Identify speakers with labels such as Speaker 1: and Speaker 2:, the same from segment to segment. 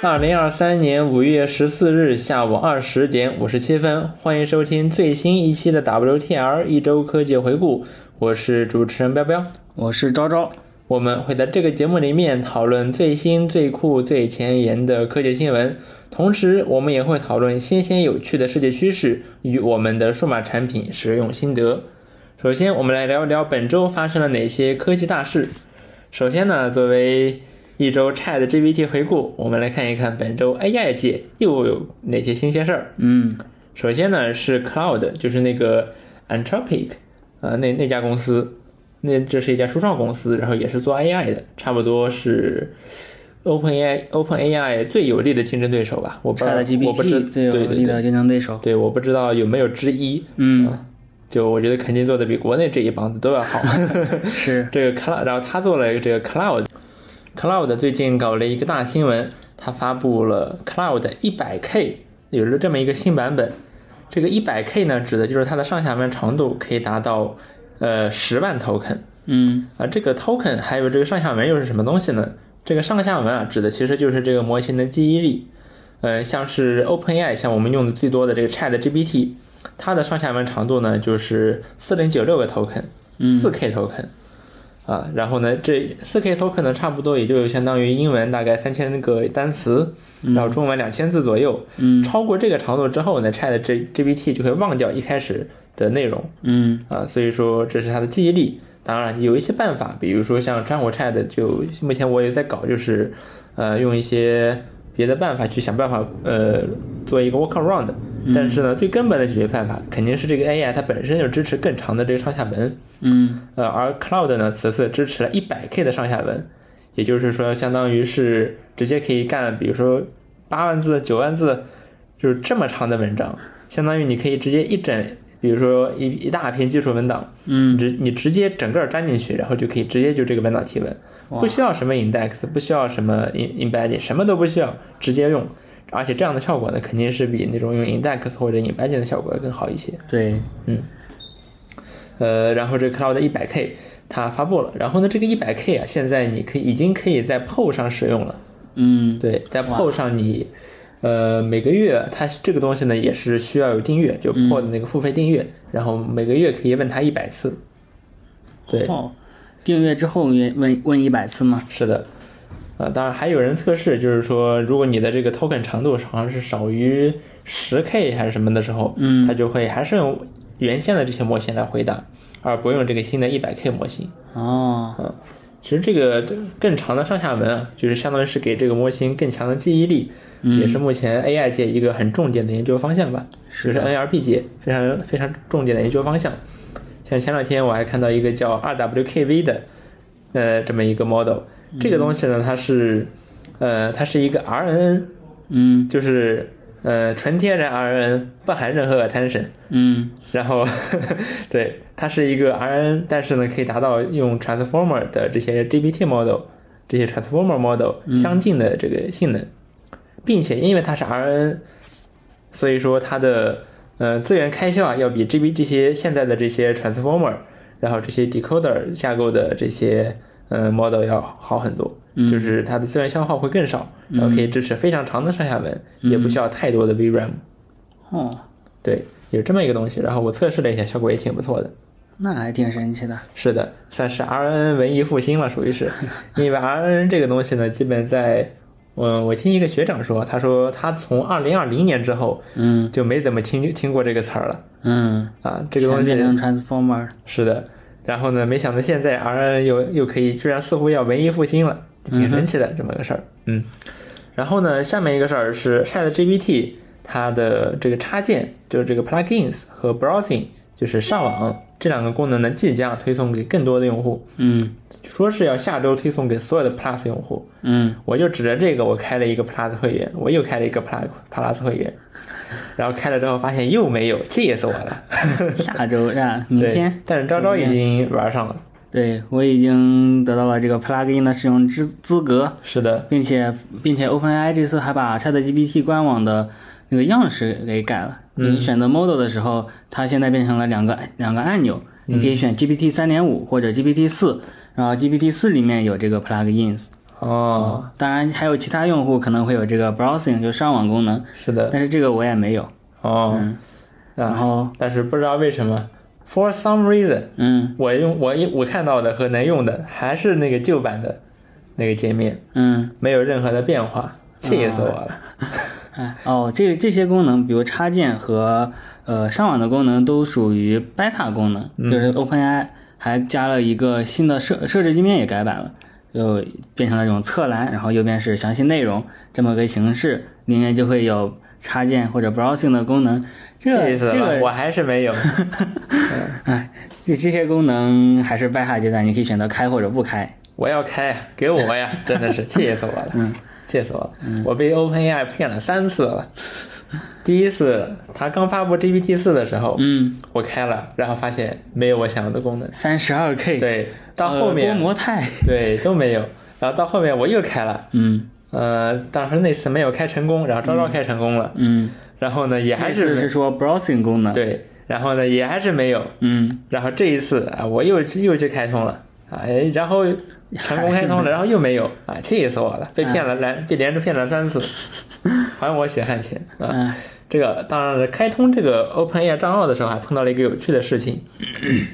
Speaker 1: 二零二三年五月十四日下午二十点五十七分，欢迎收听最新一期的 WTR 一周科技回顾，我是主持人彪彪。
Speaker 2: 我是昭昭。
Speaker 1: 我们会在这个节目里面讨论最新、最酷、最前沿的科技新闻，同时我们也会讨论新鲜有趣的世界趋势与我们的数码产品使用心得。首先，我们来聊一聊本周发生了哪些科技大事。首先呢，作为一周 Chat GPT 回顾，我们来看一看本周 AI 界又有哪些新鲜事儿。
Speaker 2: 嗯，
Speaker 1: 首先呢是 Cloud，就是那个 Anthropic，啊、那那家公司，那这是一家初创公司，然后也是做 AI 的，差不多是 OpenAI OpenAI 最有力的竞争对手吧。我不知道，我不知
Speaker 2: ChatGPT 最有
Speaker 1: 对对
Speaker 2: 力的
Speaker 1: 对
Speaker 2: 竞争对手。
Speaker 1: 对，我不知道有没有之一。啊
Speaker 2: 嗯，
Speaker 1: 就我觉得肯定做的比国内这一帮子都要 好。
Speaker 2: 是，
Speaker 1: 这个 cloud，然后他做了这个 cloud。cloud 最近搞了一个大新闻，他发布了 cloud 一百 K，有了这么一个新版本。这个一百 K 呢，指的就是它的上下文长度可以达到呃十万 token
Speaker 2: 嗯
Speaker 1: 啊。这个 token 还有这个上下文又是什么东西呢？这个上下文啊，指的其实就是这个模型的记忆力。呃，像是 OpenAI，像我们用的最多的这个 ChatGPT，它的上下文长度呢就是四零九六个 token，四
Speaker 2: 嗯
Speaker 1: K token，、啊，然后呢，这四 K token 呢，差不多也就相当于英文大概三千个单词，然后中文两千字左右。
Speaker 2: 嗯
Speaker 1: 超过这个长度之后呢，Chat G GPT 就会忘掉一开始的内容
Speaker 2: 嗯
Speaker 1: 啊，所以说这是它的记忆力。当然，有一些办法，比如说像川火 Chat，就目前我也在搞，就是呃用一些别的办法去想办法呃做一个 workaround。但是呢，最根本的解决办法肯定是这个 AI 它本身就支持更长的这个上下文。
Speaker 2: 嗯
Speaker 1: 呃，而 Cloud 呢，此次支持了 100K 的上下文，也就是说，相当于是直接可以干，比如说八万字、九万字，就是这么长的文章，相当于你可以直接一整，比如说一一大篇技术文档，你
Speaker 2: 嗯，
Speaker 1: 直你直接整个粘进去，然后就可以直接就这个文档提问，不需要什么 index，不需要什么 in embedding，什么都不需要，直接用。而且这样的效果呢，肯定是比那种用 index 或者 embedding 的效果更好一些。
Speaker 2: 对，
Speaker 1: 嗯呃，然后这个 Cloud 一百 K 它发布了，然后呢，这个一百 K 啊，现在你可以已经可以在 PO 上使用了。
Speaker 2: 嗯
Speaker 1: 对，在 PO 上你，呃，每个月它这个东西呢也是需要有订阅，就 PO 的那个付费订阅，然后每个月可以问他一百次。对，
Speaker 2: 哦，订阅之后也问问一百次吗？
Speaker 1: 是的，呃，当然还有人测试，就是说，如果你的这个 token 长度好像是少于十 K 还是什么的时候，
Speaker 2: 嗯
Speaker 1: 它就会还是用原先的这些模型来回答，而不用这个新的一百 K 模型。
Speaker 2: 哦，
Speaker 1: 嗯，其实这个更长的上下文啊，就是相当于是给这个模型更强的记忆力，
Speaker 2: 嗯
Speaker 1: 也是目前 AI 界一个很重点的研究方向吧，
Speaker 2: 是
Speaker 1: 就是
Speaker 2: 的
Speaker 1: NLP 界非常非常重点的研究方向。像前两天我还看到一个叫 RWKV 的，呃，这么一个 model，这
Speaker 2: 嗯
Speaker 1: 个东西呢，它是，呃，它是一个 RNN，
Speaker 2: 嗯
Speaker 1: 就是呃纯天然 RNN，不含任何 attention，
Speaker 2: 嗯
Speaker 1: 然后，对，它是一个 RNN，但是呢，可以达到用 Transformer 的这些 GPT model、这些 Transformer model 相近的这个性能，并且因为它是 RNN，所以说它的呃资源开销啊，要比 GB 这些现在的这些 Transformer，然后这些 decoder 架构的这些呃 model 要好很多，就是它的资源消耗会更少，然后可以支持非常长的上下文，也不需要太多的 VRAM。
Speaker 2: 哦，
Speaker 1: 对，有这么一个东西，然后我测试了一下，效果也挺不错的。
Speaker 2: 那还挺神奇的。
Speaker 1: 是的，算是 RNN 文艺复兴了，属于是。因为 RNN 这个东西呢，基本在，嗯，我听一个学长说，他说他从2020年之后
Speaker 2: 嗯
Speaker 1: 就没怎么听听过这个词儿了
Speaker 2: 嗯，
Speaker 1: 啊，这个东西
Speaker 2: 全变成 transformer。
Speaker 1: 是的。然后呢，没想到现在 RNN 又又可以，居然似乎要文艺复兴了，挺神奇的、这么个事儿。嗯，然后呢，下面一个事儿是 Chat GPT 它的这个插件，就是这个 plugins 和 browsing，就是上网这两个功能呢，即将推送给更多的用户，
Speaker 2: 嗯
Speaker 1: 说是要下周推送给所有的 Plus 用户。
Speaker 2: 嗯
Speaker 1: 我就指着这个，我开了一个 Plus 会员，我又开了一个 Plus Plus 会员，然后开了之后发现又没有，气死我 了。
Speaker 2: 下周啊，明
Speaker 1: 对
Speaker 2: 天，。
Speaker 1: 但是昭昭已经玩上了。
Speaker 2: 对我已经得到了这个 plugin 的使用资资格。
Speaker 1: 是的，
Speaker 2: 并且并且 OpenAI 这次还把 ChatGPT 官网的那个样式给改了。你选择 model 的时候，它现在变成了两个两个按钮，你可以选 GPT 3.5或者 GPT 4，然后 GPT 4里面有这个 plugins。
Speaker 1: 哦，
Speaker 2: 当然还有其他用户可能会有这个 browsing 就上网功能，
Speaker 1: 是的，
Speaker 2: 但是这个我也没有。
Speaker 1: 哦，
Speaker 2: 嗯，然
Speaker 1: 那
Speaker 2: 后
Speaker 1: 但是不知道为什么，for some reason，
Speaker 2: 嗯
Speaker 1: 我用我我看到的和能用的还是那个旧版的那个界面，
Speaker 2: 嗯，
Speaker 1: 没有任何的变化，气死我了。
Speaker 2: 哎哦，这这些功能，比如插件和呃上网的功能，都属于 beta 功能，
Speaker 1: 嗯
Speaker 2: 就是 OpenAI 还加了一个新的设设置界面也改版了，就变成了这种侧栏，然后右边是详细内容这么个形式，里面就会有插件或者 browsing 的功能。这
Speaker 1: 气死了，
Speaker 2: 这个
Speaker 1: 我还是没有。
Speaker 2: 哎，这这些功能还是 beta 阶段，你可以选择开或者不开。
Speaker 1: 我要开，给我 呀！真的是气死我了，
Speaker 2: 嗯
Speaker 1: 气死我了！我被 OpenAI 骗了三次了。第一次，它刚发布 GPT 四的时候，
Speaker 2: 嗯，
Speaker 1: 我开了，然后发现没有我想要的功能。
Speaker 2: 三十二 K，，
Speaker 1: 对，到后面、
Speaker 2: 呃、多模态，
Speaker 1: 对都没有，然后到后面我又开了，
Speaker 2: 嗯
Speaker 1: 呃，当时那次没有开成功，然后招招开成功了，
Speaker 2: 嗯，
Speaker 1: 然后呢也还是
Speaker 2: 意思
Speaker 1: 没
Speaker 2: 是说 browsing 功能，，
Speaker 1: 对，然后呢也还是没有，
Speaker 2: 嗯。
Speaker 1: 然后这一次啊，我又去又去开通了，哎，然后成功开通了，然后又没有啊，气死我了，被骗了连被连着骗了三次，还我血汗钱啊！
Speaker 2: 嗯
Speaker 1: 这个当然了，开通这个 OpenAI 账号的时候，还碰到了一个有趣的事情，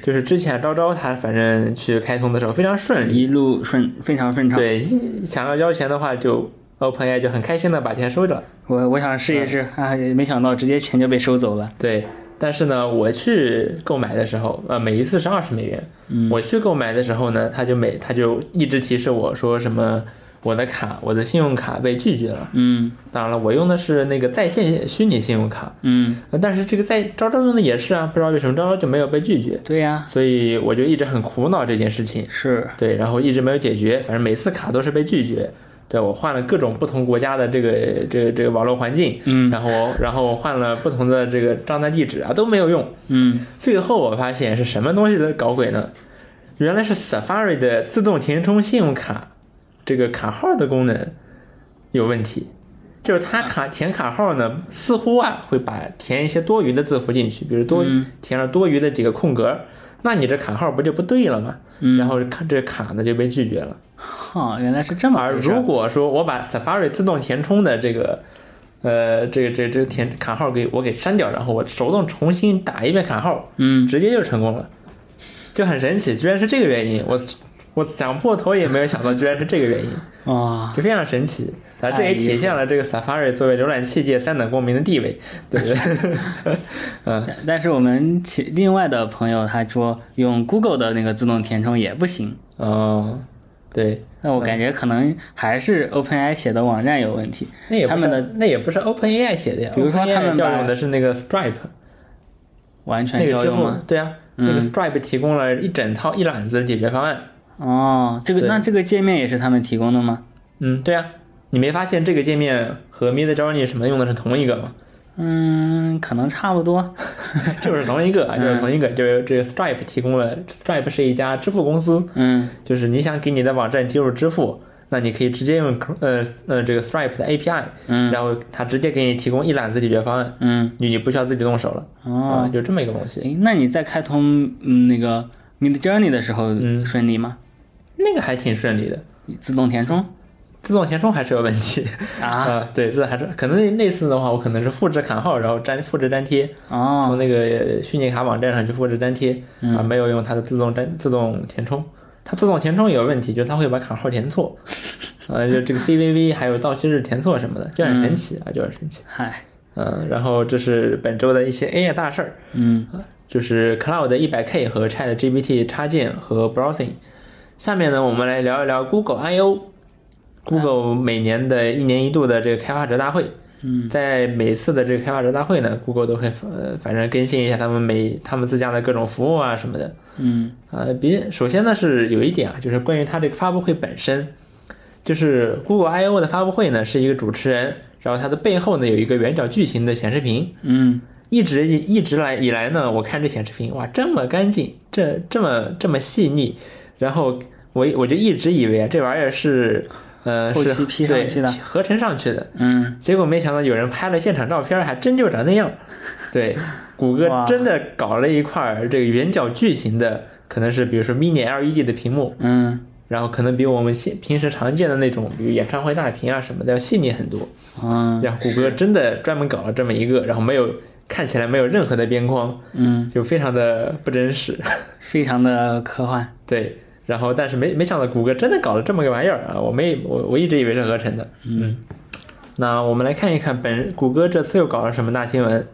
Speaker 1: 就是之前招招他反正去开通的时候非常顺利，
Speaker 2: 嗯一路顺非常顺畅。
Speaker 1: 对，一想要交钱的话就 OpenAI 就很开心的把钱收着，
Speaker 2: 我我想试一试、啊，没想到直接钱就被收走了。
Speaker 1: 对，但是呢，我去购买的时候，呃，每一次是二十美元。我去购买的时候呢，他就每他就一直提示我说什么我的卡，我的信用卡被拒绝了。
Speaker 2: 嗯
Speaker 1: 当然了，我用的是那个在线虚拟信用卡，
Speaker 2: 嗯，
Speaker 1: 呃但是这个在招招用的也是啊，不知道为什么招招就没有被拒绝，
Speaker 2: 对呀、
Speaker 1: 所以我就一直很苦恼这件事情。
Speaker 2: 是
Speaker 1: 对，然后一直没有解决，反正每次卡都是被拒绝。对我换了各种不同国家的这个这个这个网络环境，
Speaker 2: 嗯
Speaker 1: 然后我然后我换了不同的这个账单地址啊都没有用。
Speaker 2: 嗯
Speaker 1: 最后我发现是什么东西在搞鬼呢？原来是 Safari 的自动填充信用卡这个卡号的功能有问题，就是它卡填卡号呢，似乎啊会把填一些多余的字符进去，比如多、
Speaker 2: 嗯
Speaker 1: 填了多余的几个空格，那你这卡号不就不对了吗？
Speaker 2: 嗯，
Speaker 1: 然后看这卡呢就被拒绝了。
Speaker 2: 哈、原来是这么
Speaker 1: 而
Speaker 2: 回事
Speaker 1: 如
Speaker 2: 儿。
Speaker 1: 果说我把 Safari 自动填充的这个，呃，这个这个这个填卡号给我给删掉，然后我手动重新打一遍卡号，
Speaker 2: 嗯，
Speaker 1: 直接就成功了，就很神奇，居然是这个原因。我我想破头也没有想到，居然是这个原因，
Speaker 2: 哦，
Speaker 1: 就非常神奇。啊，
Speaker 2: 哎
Speaker 1: 这也体现了这个 Safari 作为浏览器界三等公民的地位， 对 不对？嗯，
Speaker 2: 但但是我们其另外的朋友他说用 Google 的那个自动填充也不行，
Speaker 1: 哦，对，
Speaker 2: 那我感觉可能还是 OpenAI 写的网站有问题。
Speaker 1: 那也不
Speaker 2: 他
Speaker 1: 是
Speaker 2: 们的
Speaker 1: 那也不是 OpenAI 写的呀，
Speaker 2: 比如说他
Speaker 1: OpenAI
Speaker 2: 们把
Speaker 1: 调用的是那个 Stripe。
Speaker 2: 完
Speaker 1: 那
Speaker 2: 全
Speaker 1: 个
Speaker 2: 调
Speaker 1: 支
Speaker 2: 用
Speaker 1: 付
Speaker 2: 吗？
Speaker 1: 对啊，
Speaker 2: 嗯
Speaker 1: 那个 Stripe 提供了一整套一揽子的解决方案。
Speaker 2: 哦，这个
Speaker 1: 对
Speaker 2: 那这个界面也是他们提供的吗？
Speaker 1: 嗯，对啊，你没发现这个界面和 Mid Journey 什么用的是同一个吗？
Speaker 2: 嗯，可能差不多。
Speaker 1: 就是同一 个啊，
Speaker 2: 嗯
Speaker 1: 就是同一个，就是这个 Stripe 提供了，Stripe 是一家支付公司，
Speaker 2: 嗯
Speaker 1: 就是你想给你的网站接入支付。那你可以直接用呃呃这个 Stripe 的 API，
Speaker 2: 嗯
Speaker 1: 然后它直接给你提供一揽子解决方案，
Speaker 2: 嗯，
Speaker 1: 你你不需要自己动手了
Speaker 2: 哦
Speaker 1: 啊，，就这么一个东西，
Speaker 2: 诶那你在开通嗯那个 Mid Journey 的时候
Speaker 1: 嗯
Speaker 2: 顺利吗？
Speaker 1: 那个还挺顺利的。
Speaker 2: 自动填充
Speaker 1: 自动填充还是有问题
Speaker 2: 啊？
Speaker 1: 啊，对，这还是可能那那次的话，我可能是复制卡号，然后粘复制粘贴，从
Speaker 2: 哦，
Speaker 1: 那个虚拟卡网站上去复制粘贴，
Speaker 2: 嗯
Speaker 1: 啊，没有用它的自动粘自动填充，它自动填充有问题，就是它会把卡号填错，呃，就这个 CVV 还有到期日填错什么的，就
Speaker 2: 嗯
Speaker 1: 很神奇啊，就很神奇。
Speaker 2: 嗨，
Speaker 1: 嗯，然后这是本周的一些 AI 大事儿，
Speaker 2: 嗯
Speaker 1: 就是 Cloud 1 0 0 K 和 Chat GPT 插件和 Browsing。下面呢，我们来聊一聊 Google I/O。Google 每年的一年一度的这个开发者大会，
Speaker 2: 嗯
Speaker 1: 在每次的这个开发者大会呢，Google 都会呃，反正更新一下他们每他们自家的各种服务啊什么的。
Speaker 2: 嗯
Speaker 1: 呃，别首先呢是有一点啊，就是关于它这个发布会本身，就是 Google I/O 的发布会呢是一个主持人，然后它的背后呢有一个圆角矩形的显示屏，
Speaker 2: 嗯
Speaker 1: 一直一直来以来呢，我看这显示屏，哇，这么干净，这这么这么细腻，然后我我就一直以为啊这玩意儿是，呃，
Speaker 2: 后期
Speaker 1: 是
Speaker 2: P 上去的
Speaker 1: 对合成上去的，
Speaker 2: 嗯，
Speaker 1: 结果没想到有人拍了现场照片，还真就长那样。对，谷歌
Speaker 2: 哇
Speaker 1: 真的搞了一块儿这个圆角矩形的，可能是比如说 mini LED 的屏幕，
Speaker 2: 嗯
Speaker 1: 然后可能比我们现平时常见的那种，比如演唱会大屏啊什么的要细腻很多。
Speaker 2: 嗯，
Speaker 1: 然后谷歌
Speaker 2: 是
Speaker 1: 真的专门搞了这么一个，然后没有看起来没有任何的边框，
Speaker 2: 嗯，
Speaker 1: 就非常的不真实。
Speaker 2: 非常的科幻。
Speaker 1: 对，然后但是没没想到谷歌真的搞了这么个玩意儿啊！我没我我一直以为是合成的。嗯，那我们来看一看本谷歌这次又搞了什么大新闻。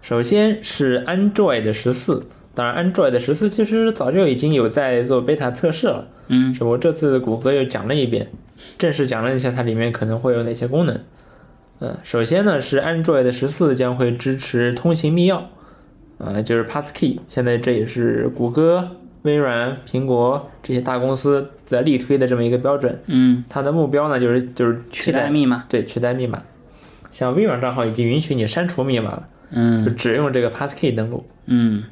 Speaker 1: 首先是 Android 十四，当然 Android 十四其实早就已经有在做 beta 测试了，
Speaker 2: 嗯
Speaker 1: 只不过这次谷歌又讲了一遍，正式讲了一下它里面可能会有哪些功能。呃，首先呢是 Android 十四将会支持通行密钥，呃，就是 Passkey。现在这也是谷歌、微软、苹果这些大公司在力推的这么一个标准。
Speaker 2: 嗯，
Speaker 1: 它的目标呢就是就是
Speaker 2: 取代密码。
Speaker 1: 对取代密码。像微软账号已经允许你删除密码了，就
Speaker 2: 嗯
Speaker 1: 只用这个 Passkey 登录。
Speaker 2: 嗯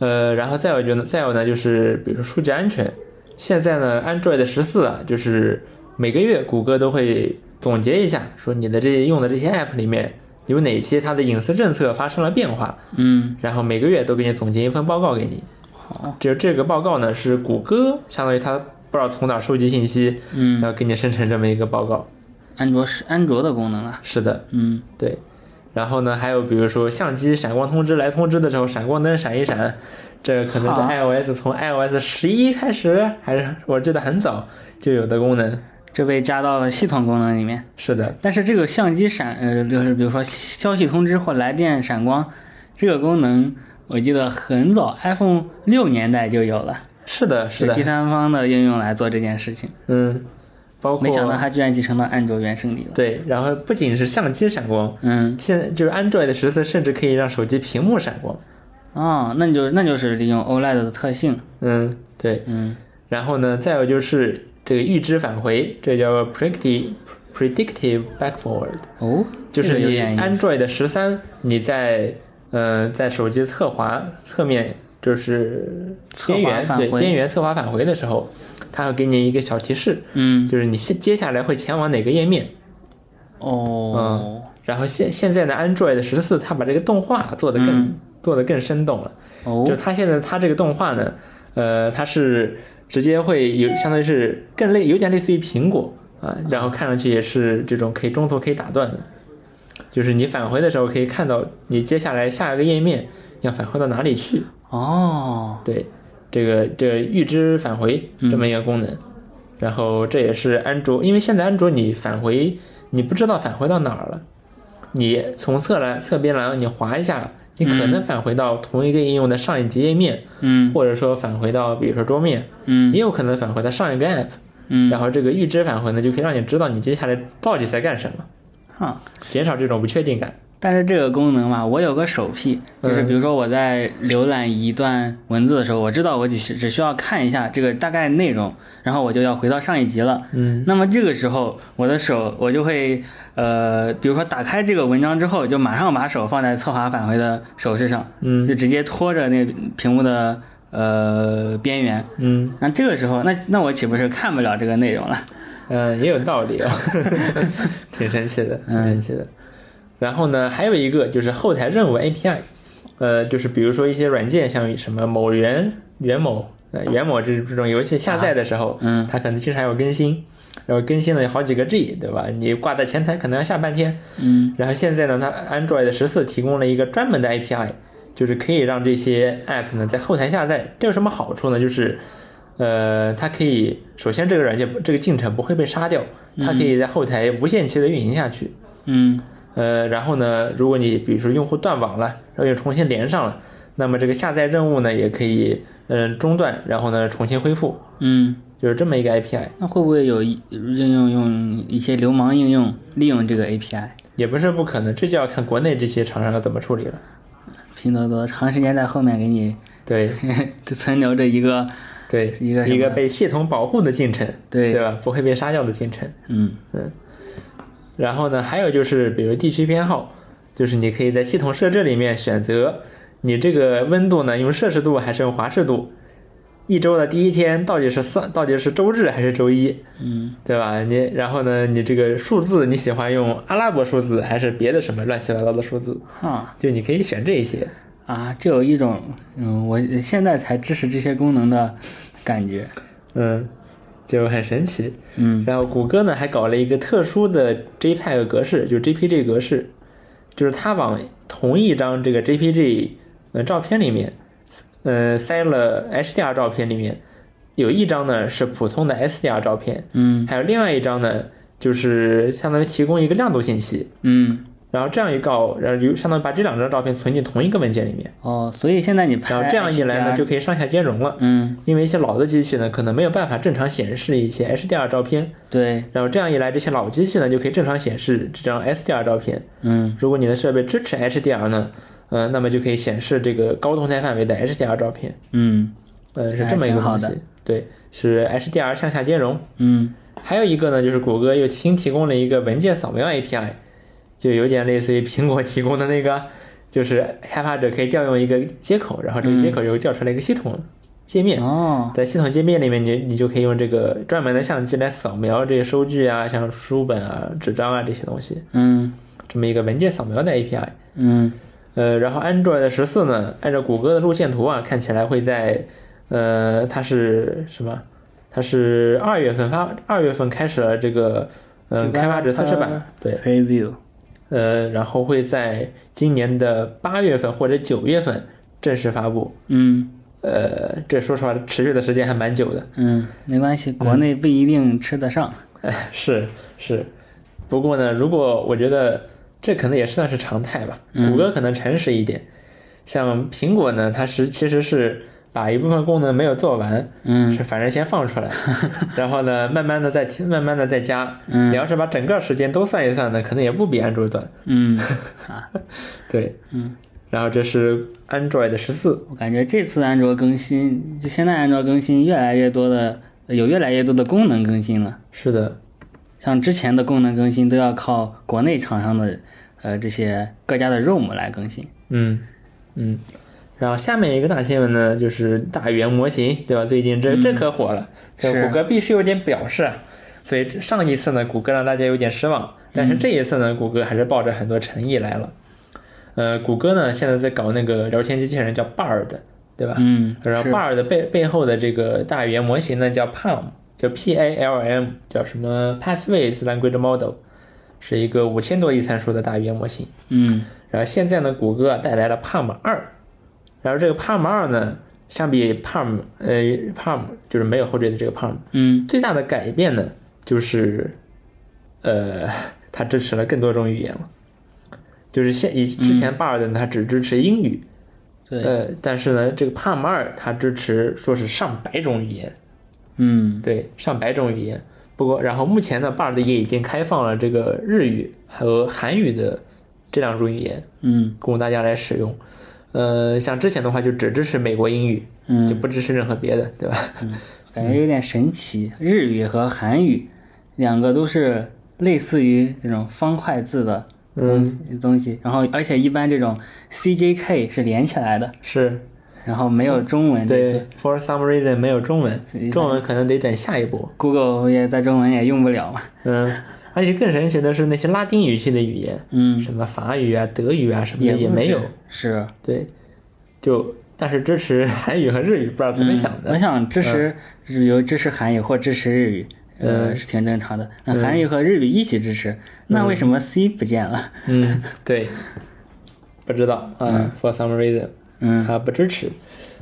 Speaker 1: 呃，然后再有就呢，再有呢，就是比如说数据安全，现在呢，Android 十四啊，就是每个月谷歌都会总结一下，说你的这用的这些 App 里面有哪些它的隐私政策发生了变化，
Speaker 2: 嗯，
Speaker 1: 然后每个月都给你总结一份报告给你。
Speaker 2: 好，
Speaker 1: 这这个报告呢是谷歌，相当于它不知道从哪儿收集信息，然
Speaker 2: 嗯，
Speaker 1: 后给你生成这么一个报告。
Speaker 2: 安卓是安卓的功能了。
Speaker 1: 是的，
Speaker 2: 嗯
Speaker 1: 对。然后呢，还有比如说相机闪光通知来通知的时候，闪光灯闪一闪，这可能是
Speaker 2: 好
Speaker 1: iOS 从 iOS 十一开始，还是我记得很早就有的功能。
Speaker 2: 这被加到了系统功能里面。
Speaker 1: 是的，
Speaker 2: 但是这个相机闪，呃，就是比如说消息通知或来电闪光，这个功能我记得很早，iPhone 六年代就有了，
Speaker 1: 是的，是
Speaker 2: 有
Speaker 1: 的
Speaker 2: 第，三方的应用来做这件事情。
Speaker 1: 嗯，包括
Speaker 2: 没想到它居然集成到安卓原生里了。
Speaker 1: 对，然后不仅是相机闪光，
Speaker 2: 嗯，
Speaker 1: 现在就是 Android 十四甚至可以让手机屏幕闪光。
Speaker 2: 哦，那你就那就是利用 OLED 的特性。
Speaker 1: 嗯，对。
Speaker 2: 嗯
Speaker 1: 然后呢，再有就是这个预知返回，这叫 predictive predictive backward。
Speaker 2: 哦，
Speaker 1: 就是
Speaker 2: 这个有
Speaker 1: 你
Speaker 2: 点意思
Speaker 1: Android 十三，你在呃在手机侧滑侧面就是
Speaker 2: 侧
Speaker 1: 边
Speaker 2: 滑
Speaker 1: 缘
Speaker 2: 返
Speaker 1: 对
Speaker 2: 回
Speaker 1: 边缘侧滑返回的时候，它会给你一个小提示，
Speaker 2: 嗯
Speaker 1: 就是你接接下来会前往哪个页面。
Speaker 2: 哦
Speaker 1: 然后现现在的 Android 十四，它把这个动画做得更、
Speaker 2: 嗯
Speaker 1: 做得更生动了。就
Speaker 2: 哦
Speaker 1: 它现在它这个动画呢，呃，它是直接会有相当于是更类有点类似于苹果啊，然后看上去也是这种可以中途可以打断的，就是你返回的时候可以看到你接下来下一个页面要返回到哪里去，
Speaker 2: 哦，
Speaker 1: 对，这个这个预知返回
Speaker 2: 嗯
Speaker 1: 这么一个功能，然后这也是安卓，因为现在安卓你返回你不知道返回到哪儿了，你从侧栏侧边栏你滑一下。你可能
Speaker 2: 嗯
Speaker 1: 返回到同一个应用的上一级页面，
Speaker 2: 嗯
Speaker 1: 或者说返回到比如说桌面，
Speaker 2: 嗯
Speaker 1: 也有可能返回到上一个 app，、
Speaker 2: 嗯，
Speaker 1: 然后这个预知返回呢，就可以让你知道你接下来到底在干什么，
Speaker 2: 哈。
Speaker 1: 减少这种不确定感。
Speaker 2: 但是这个功能嘛，我有个手癖，就是
Speaker 1: 嗯
Speaker 2: 比如说我在浏览一段文字的时候，我知道我只需只需要看一下这个大概内容，然后我就要回到上一集了。
Speaker 1: 嗯，
Speaker 2: 那么这个时候，我的手我就会呃，比如说打开这个文章之后，就马上把手放在侧滑返回的手势上，
Speaker 1: 嗯
Speaker 2: 就直接拖着那屏幕的呃边缘。
Speaker 1: 嗯
Speaker 2: 那这个时候，那那我岂不是看不了这个内容了？
Speaker 1: 嗯、呃也有道理啊、 挺神奇的，挺神奇的。
Speaker 2: 嗯
Speaker 1: 然后呢，还有一个就是后台任务 API，呃，就是比如说一些软件，像什么某源、源某、呃源某这这种游戏下载的时候，
Speaker 2: 嗯
Speaker 1: 它可能经常要更新，然后更新了有好几个 G，对吧？你挂在前台可能要下半天，
Speaker 2: 嗯
Speaker 1: 然后现在呢，它 Android 十四提供了一个专门的 API，就是可以让这些 App 呢在后台下载。这有什么好处呢？就是，呃，它可以首先这个软件这个进程不会被杀掉，它可以在后台无限期的运行下去。
Speaker 2: 嗯
Speaker 1: 呃，然后呢，如果你比如说用户断网了，然后又重新连上了，那么这个下载任务呢也可以嗯、中断，然后呢重新恢复，
Speaker 2: 嗯，
Speaker 1: 就是这么一个 API。
Speaker 2: 那会不会有一应用用一些流氓应用利用这个 API？
Speaker 1: 也不是不可能，这就要看国内这些厂商要怎么处理了。
Speaker 2: 拼多多长时间在后面给你
Speaker 1: 对，
Speaker 2: 存留着一个，
Speaker 1: 对，
Speaker 2: 一个什么
Speaker 1: 一个被系统保护的进程，
Speaker 2: 对
Speaker 1: 对吧？不会被杀掉的进程。
Speaker 2: 嗯
Speaker 1: 然后呢，还有就是比如地区偏好，就是你可以在系统设置里面选择你这个温度呢，用摄氏度还是用华氏度。一周的第一天到底是算到底是周日还是周一，
Speaker 2: 嗯
Speaker 1: 对吧？你然后呢，你这个数字你喜欢用阿拉伯数字还是别的什么乱七八糟的数字？
Speaker 2: 哈
Speaker 1: 就你可以选这一些。
Speaker 2: 啊，这有一种嗯，我现在才支持这些功能的感觉。
Speaker 1: 嗯，就很神奇。
Speaker 2: 嗯，
Speaker 1: 然后谷歌呢还搞了一个特殊的 JPEG 格式，就是 JPG 格式，就是它往同一张这个 JPG 呃照片里面，呃塞了 HDR 照片里面有一张呢是普通的 SDR 照片，
Speaker 2: 嗯
Speaker 1: 还有另外一张呢就是相当于提供一个亮度信息，
Speaker 2: 嗯，
Speaker 1: 然后这样一告，然后就相当于把这两张照片存进同一个文件里面，
Speaker 2: 哦，所以现在你拍，
Speaker 1: 然后这样一来呢就，可以上下兼容了。
Speaker 2: 嗯，
Speaker 1: 因为一些老的机器呢，可能没有办法正常显示一些 HDR 照片，
Speaker 2: 对，
Speaker 1: 然后这样一来，这些老机器呢就可以正常显示这张 SDR 照片。
Speaker 2: 嗯
Speaker 1: 如果你的设备支持 HDR 呢，呃，那么就可以显示这个高动态范围的 HDR 照片。
Speaker 2: 嗯
Speaker 1: 呃，是这么一个东
Speaker 2: 还挺好
Speaker 1: 西。对，是 HDR 上下兼容。
Speaker 2: 嗯
Speaker 1: 还有一个呢，就是谷歌又新提供了一个文件扫描 API，就有点类似于苹果提供的那个，就是开发者可以调用一个接口，然后这个
Speaker 2: 嗯
Speaker 1: 接口又调出来一个系统界面。
Speaker 2: 哦，
Speaker 1: 在系统界面里面你，你就可以用这个专门的相机来扫描这个收据啊，像书本啊、纸张啊这些东西，
Speaker 2: 嗯
Speaker 1: 这么一个文件扫描的 API。
Speaker 2: 嗯
Speaker 1: 呃，然后 Android 十四呢，按照谷歌的路线图啊，看起来会在呃，它是什么？它是二月份发，二月份开始了这个呃
Speaker 2: 这个
Speaker 1: 开发者测试
Speaker 2: 啊
Speaker 1: 版，对，
Speaker 2: ，preview，
Speaker 1: 呃，然后会在今年的八月份或者九月份正式发布。
Speaker 2: 嗯
Speaker 1: 呃，这说实话，持续的时间还蛮久的。
Speaker 2: 嗯，没关系，国内不一定吃得上，
Speaker 1: 哎， 是是，不过呢，如果我觉得这可能也算是常态吧，
Speaker 2: 嗯
Speaker 1: 谷歌可能诚实一点，像苹果呢，它是其实是把一部分功能没有做完，
Speaker 2: 嗯
Speaker 1: 是反正先放出 来，然后呢，慢慢的再提慢慢的再加，
Speaker 2: 嗯
Speaker 1: 你要是把整个时间都算一算呢，可能也不比安卓短，
Speaker 2: 嗯， 啊，
Speaker 1: 对，
Speaker 2: 嗯，
Speaker 1: 然后这是 Android 十四，
Speaker 2: 我感觉这次安卓更新，就现在安卓更新越来越多的，有越来越多的功能更新了。
Speaker 1: 是的，
Speaker 2: 像之前的功能更新都要靠国内厂商的，呃，这些各家的 ROM 来更新。
Speaker 1: 嗯嗯。然后下面一个大新闻呢，就是大语言模型，对吧？最近这这可火了，这
Speaker 2: 嗯是
Speaker 1: 谷歌必须有点表示啊。所以这上一次呢，谷歌让大家有点失望，但是
Speaker 2: 嗯
Speaker 1: 这一次呢，谷歌还是抱着很多诚意来了。呃，谷歌呢现在在搞那个聊天机器人叫 Bard，对吧？
Speaker 2: 嗯，
Speaker 1: 然后
Speaker 2: 是
Speaker 1: Bard 的背背后的这个大语言模型呢叫 PaLM，叫 P A L M，叫什么 Pathways Language Model，是一个五千多亿参数的大语言模型。
Speaker 2: 嗯
Speaker 1: 然后现在呢，谷歌啊带来了 Palm 二，然后这个 Palm 二呢，相比 Palm 呃 Palm 就是没有后缀的这个 Palm，
Speaker 2: 嗯
Speaker 1: 最大的改变呢就是，呃，它支持了更多种语言了。就是现以之前 Bard 呢它只支持英语，
Speaker 2: 对，
Speaker 1: 呃，但是呢，这个 Palm 二它支持说是上百种语言，
Speaker 2: 嗯
Speaker 1: 对，上百种语言。不过，然后目前呢，Bard 也已经开放了这个日语和韩语的这两种语言，
Speaker 2: 嗯
Speaker 1: 供大家来使用。呃，像之前的话就只支持美国英语，就
Speaker 2: 嗯，
Speaker 1: 不支持任何别的，对吧？
Speaker 2: 感觉有点神奇。日语和韩语两个都是类似于这种方块字的
Speaker 1: 嗯
Speaker 2: 东西、东西，然后而且一般这种 CJK 是连起来的，
Speaker 1: 是
Speaker 2: 然后没有中文这
Speaker 1: 对
Speaker 2: 次。
Speaker 1: ，for some reason 没有中文
Speaker 2: 嗯，
Speaker 1: 中文可能得等下一步。
Speaker 2: Google 也在中文也用不了嘛。
Speaker 1: 嗯，而且更神奇的是那些拉丁语系的语言，
Speaker 2: 嗯，
Speaker 1: 什么法语啊、德语啊什么的也
Speaker 2: 不
Speaker 1: 没有。
Speaker 2: 是
Speaker 1: 对，就但是支持韩语和日语，不知道怎么想
Speaker 2: 嗯我
Speaker 1: 的。嗯
Speaker 2: 想支持旅游、支持韩语或支持日语，呃，是挺正常的。那
Speaker 1: 嗯
Speaker 2: 韩语和日语一起支持，那为什么 C 不见了？
Speaker 1: 嗯，对，不知道啊，for some reason。
Speaker 2: 嗯
Speaker 1: 它不支持。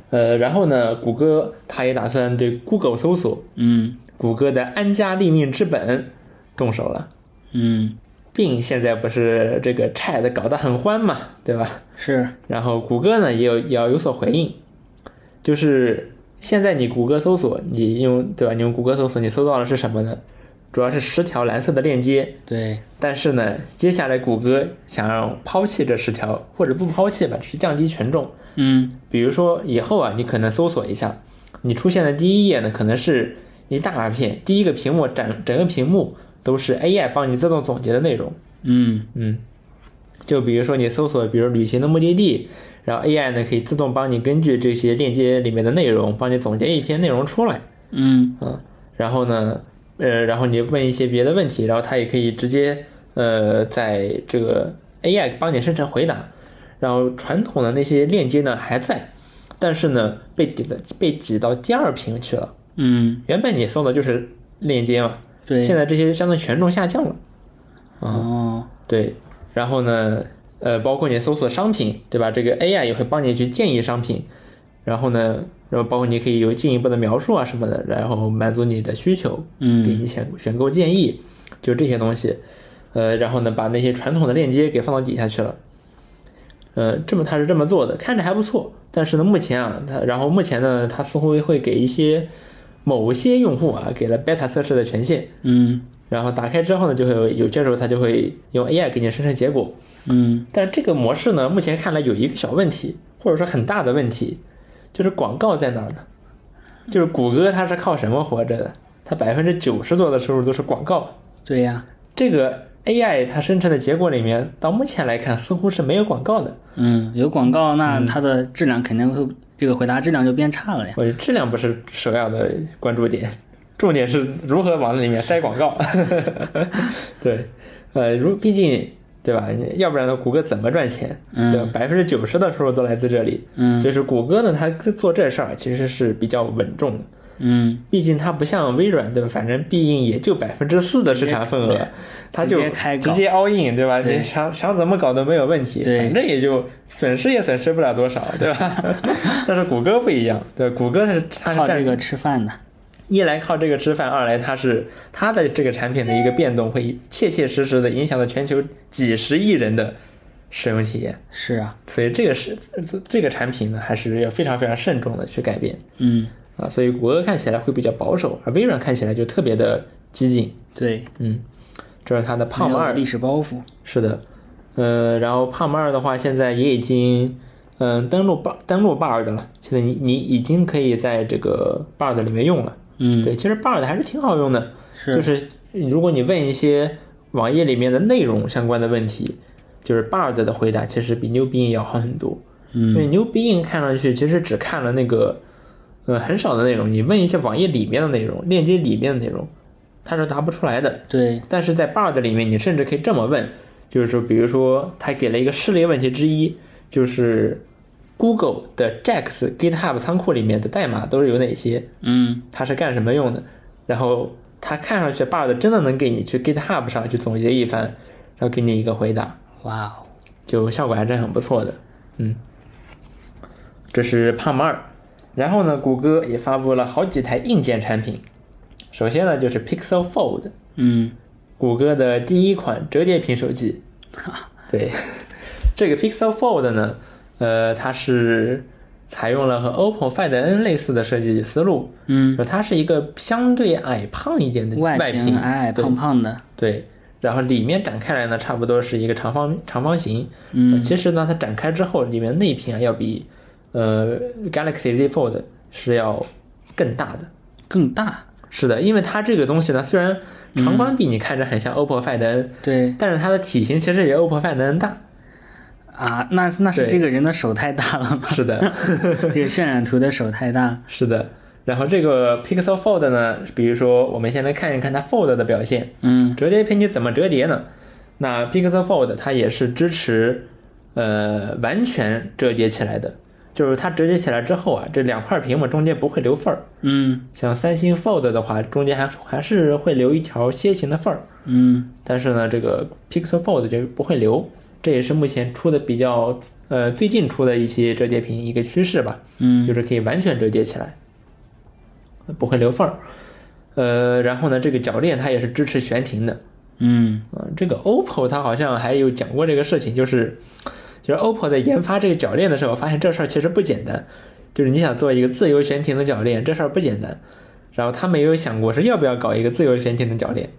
Speaker 1: 呃，然后呢，谷歌它也打算对 Google 搜索、
Speaker 2: 嗯
Speaker 1: 谷歌的安家立命之本动手了，
Speaker 2: 嗯，
Speaker 1: 并现在不是这个 Chat 搞得很欢嘛，对吧？
Speaker 2: 是，
Speaker 1: 然后谷歌呢也有也要有所回应，就是现在你谷歌搜索，你用对吧？你用谷歌搜索，你搜到的是什么呢？主要是十条蓝色的链接，
Speaker 2: 对，
Speaker 1: 但是呢，接下来谷歌想要抛弃这十条，或者不抛弃吧，只是降低权重，
Speaker 2: 嗯
Speaker 1: 比如说以后啊，你可能搜索一下，你出现的第一页呢，可能是一大片，第一个屏幕整整个屏幕都是 AI 帮你自动总结的内容。
Speaker 2: 嗯
Speaker 1: 嗯，就比如说你搜索，比如旅行的目的地，然后 AI 呢可以自动帮你根据这些链接里面的内容，帮你总结一篇内容出来。
Speaker 2: 嗯
Speaker 1: 嗯，然后呢，呃，然后你问一些别的问题，然后它也可以直接呃，在这个 AI 帮你生成回答。然后传统的那些链接呢还在，但是呢被挤的被挤到第二屏去了。
Speaker 2: 嗯
Speaker 1: 原本你搜的就是链接嘛。
Speaker 2: 对，
Speaker 1: 现在这些相对权重下降了，
Speaker 2: 哦，
Speaker 1: 对。然后呢，呃，包括你搜索商品，对吧？这个 AI 也会帮你去建议商品。然后呢，然后包括你可以有进一步的描述啊什么的，然后满足你的需求，给
Speaker 2: 嗯
Speaker 1: 你选选购建议，就这些东西。呃，然后呢，把那些传统的链接给放到底下去了。呃，这么他是这么做的，看着还不错，但是呢，目前啊，他然后目前呢，他似乎会给一些某些用户啊，给了 beta 测试的权限，
Speaker 2: 嗯
Speaker 1: 然后打开之后呢，就会有有些时候它就会用 AI 给你生成结果。
Speaker 2: 嗯
Speaker 1: 但这个模式呢，目前看来有一个小问题，或者说很大的问题，就是广告在哪儿呢？就是谷歌它是靠什么活着的？它百分之九十多的收入都是广告。
Speaker 2: 对呀，
Speaker 1: 这个 AI 它生成的结果里面，到目前来看似乎是没有广告的，
Speaker 2: 嗯，有广告，那它的质量肯定会，这个回答质量就变差了呀。
Speaker 1: 我觉得质量不是首要的关注点，重点是如何往里面塞广告。 对，呃，如毕竟对吧？要不然呢，谷歌怎么赚钱？
Speaker 2: 嗯
Speaker 1: 对吧，百分之九十的收入都来自这里。
Speaker 2: 嗯
Speaker 1: 所以说谷歌呢，它做这事儿其实是比较稳重的。
Speaker 2: 嗯，
Speaker 1: 毕竟它不像微软，对吧？反正必应也就百分之四的市场份额，它就
Speaker 2: 直接开搞
Speaker 1: 直接 all in，对吧？
Speaker 2: 对
Speaker 1: 你想想怎么搞都没有问题，
Speaker 2: 对
Speaker 1: 反正也就损失也损失不了多少，对 吧？但是谷歌不一样，对吧，谷歌它是它是
Speaker 2: 靠这
Speaker 1: 占
Speaker 2: 个吃饭的。
Speaker 1: 一来靠这个吃饭，二来它是它的这个产品的一个变动会切切实实的影响到全球几十亿人的使用体验，
Speaker 2: 是啊，
Speaker 1: 所以这个是这个产品呢，还是要非常非常慎重的去改变。
Speaker 2: 嗯，
Speaker 1: 啊，所以谷歌看起来会比较保守，而微软看起来就特别的激进。
Speaker 2: 对，
Speaker 1: 嗯，这是它的
Speaker 2: 没
Speaker 1: Palm
Speaker 2: 有
Speaker 1: 二，
Speaker 2: 历史包袱。
Speaker 1: 是的，呃，然后 Palm 二的话，现在也已经嗯、登录 Bar 登录 Bard 了，现在你你已经可以在这个 Bard 里面用了。
Speaker 2: 嗯，
Speaker 1: 对，其实 Bard 还是挺好用的，
Speaker 2: 是
Speaker 1: 就是如果你问一些网页里面的内容相关的问题，就是 Bard 的回答其实比 New Bing 要好很多。因
Speaker 2: 嗯
Speaker 1: 为 New Bing 看上去其实只看了那个，呃，很少的内容。你问一些网页里面的内容、链接里面的内容，它是答不出来的。
Speaker 2: 对，
Speaker 1: 但是在 Bard 里面，你甚至可以这么问，就是说，比如说，它给了一个示例问题之一，就是 Google 的 Jax GitHub 仓库里面的代码都是有哪些，
Speaker 2: 嗯
Speaker 1: 它是干什么用的？然后它看上去 Bard 真的能给你去 GitHub 上去总结一番，然后给你一个回答。
Speaker 2: 哇哦，
Speaker 1: 就效果还是很不错的。嗯，这是 Palm 二，然后呢，谷歌也发布了好几台硬件产品。首先呢，就是 Pixel Fold，
Speaker 2: 嗯，
Speaker 1: 谷歌的第一款折叠屏手 机。对，这个 Pixel Fold 呢，呃，它是采用了和 OPPO Find N 类似的设计思路，
Speaker 2: 嗯，
Speaker 1: 就它是一个相对矮胖一点的
Speaker 2: 外哎
Speaker 1: 屏，
Speaker 2: 矮矮
Speaker 1: 对
Speaker 2: 胖胖的，
Speaker 1: 对，然后里面展开来呢，差不多是一个长方长方形。
Speaker 2: 嗯
Speaker 1: 其实呢，它展开之后，里面内屏啊要比呃 Galaxy Z Fold 是要更大的。
Speaker 2: 更大。
Speaker 1: 是的，因为它这个东西呢，虽然长宽比你看着很像 OPPO Find N，、
Speaker 2: 对
Speaker 1: 但是它的体型其实也 OPPO Find N 大。
Speaker 2: 啊，那那是
Speaker 1: 对
Speaker 2: 这个人的手太大了吗？
Speaker 1: 是的，
Speaker 2: 这个渲染图的手太大了。
Speaker 1: 是的。然后这个 Pixel Fold 呢，比如说我们先来看一看它 Fold 的表现。
Speaker 2: 嗯
Speaker 1: 折叠屏你怎么折叠呢？那 Pixel Fold 它也是支持呃完全折叠起来的，就是它折叠起来之后啊，这两块屏幕中间不会留缝儿。
Speaker 2: 嗯
Speaker 1: 像三星 Fold 的话，中间还还是会留一条楔形的缝儿，
Speaker 2: 嗯
Speaker 1: 但是呢，这个 Pixel Fold 就不会留。这也是目前出的比较呃最近出的一些折叠屏一个趋势吧。就
Speaker 2: 嗯
Speaker 1: 是可以完全折叠起来，不会留缝儿。呃，然后呢，这个铰链它也是支持悬停的。
Speaker 2: 嗯
Speaker 1: 啊、这个 OPPO 它好像还有讲过这个事情，就是就是 OPPO 在研发这个铰链的时候，发现这事儿其实不简单。就是你想做一个自由悬停的铰链，这事儿不简单。然后他们也有想过是要不要搞一个自由悬停的铰链。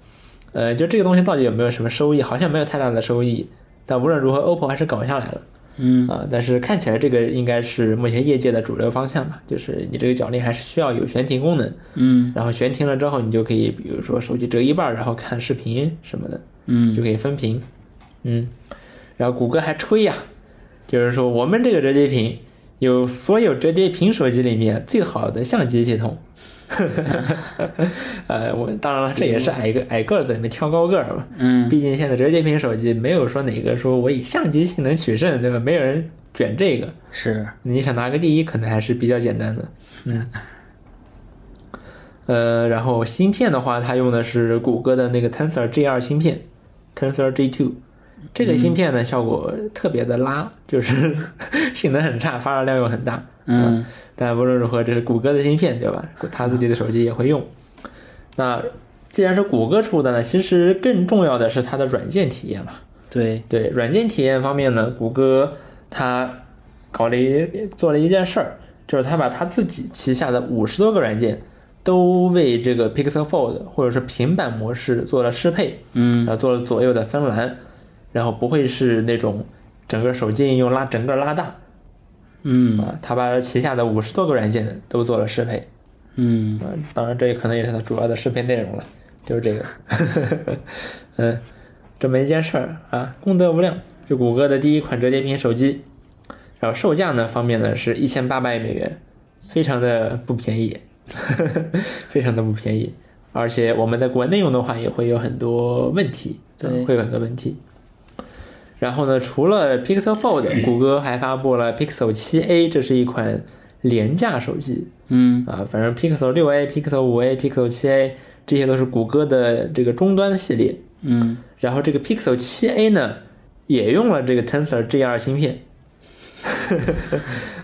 Speaker 1: 呃，就这个东西到底有没有什么收益？好像没有太大的收益。但无论如何，OPPO 还是搞下来了。
Speaker 2: 嗯
Speaker 1: 啊，但是看起来这个应该是目前业界的主流方向吧，就是你这个铰链还是需要有悬停功能，
Speaker 2: 嗯
Speaker 1: 然后悬停了之后，你就可以比如说手机折一半儿，然后看视频什么的，就
Speaker 2: 嗯，
Speaker 1: 可以分屏，嗯，然后谷歌还吹呀、就是说我们这个折叠屏有所有折叠屏手机里面最好的相机系统。 呃，我当然了，这也是矮个矮个子里面挑高个儿嘛。
Speaker 2: 嗯
Speaker 1: 毕竟现在折叠屏手机没有说哪个说我以相机性能取胜，对吧？没有人卷这个。
Speaker 2: 是
Speaker 1: 你想拿个第一，可能还是比较简单的。嗯。呃，然后芯片的话，它用的是谷歌的那个 Tensor G2 芯片，Tensor G2。这个芯片呢，效果特别的拉，就是 性能很差，发热量又很大。
Speaker 2: 嗯，
Speaker 1: 但无论如何，这是谷歌的芯片，对吧？他自己的手机也会用。那既然是谷歌出的呢，其实更重要的是它的软件体验了。
Speaker 2: 对，
Speaker 1: 对软件体验方面呢，谷歌它搞了一做了一件事儿，就是它把它自己旗下的五十多个软件都为这个 Pixel Fold 或者是平板模式做了适配，
Speaker 2: 嗯
Speaker 1: 然后做了左右的分栏，然后不会是那种整个手机应用拉整个拉大
Speaker 2: 嗯
Speaker 1: 啊，它把旗下的五十多个软件都做了适配
Speaker 2: 嗯，
Speaker 1: 啊，当然这可能也是它主要的适配内容了，就是这个， 嗯，这么一件事儿啊，功德无量，是谷歌的第一款折叠屏手机，然后售价呢方面呢是一千八百美元，非常的不便宜， 非常的不便宜，而且我们在国内用的话也会有很多问题，
Speaker 2: 对
Speaker 1: 嗯会有很多问题。然后呢，除了 Pixel Fold，谷歌还发布了 Pixel 7a，这是一款廉价手机，
Speaker 2: 嗯
Speaker 1: 啊，反正 Pixel 六 A、Pixel 五 A、Pixel 七 A 这些都是谷歌的这个终端系列。
Speaker 2: 嗯，
Speaker 1: 然后这个 Pixel 七 A 呢，也用了这个 Tensor G2 芯片。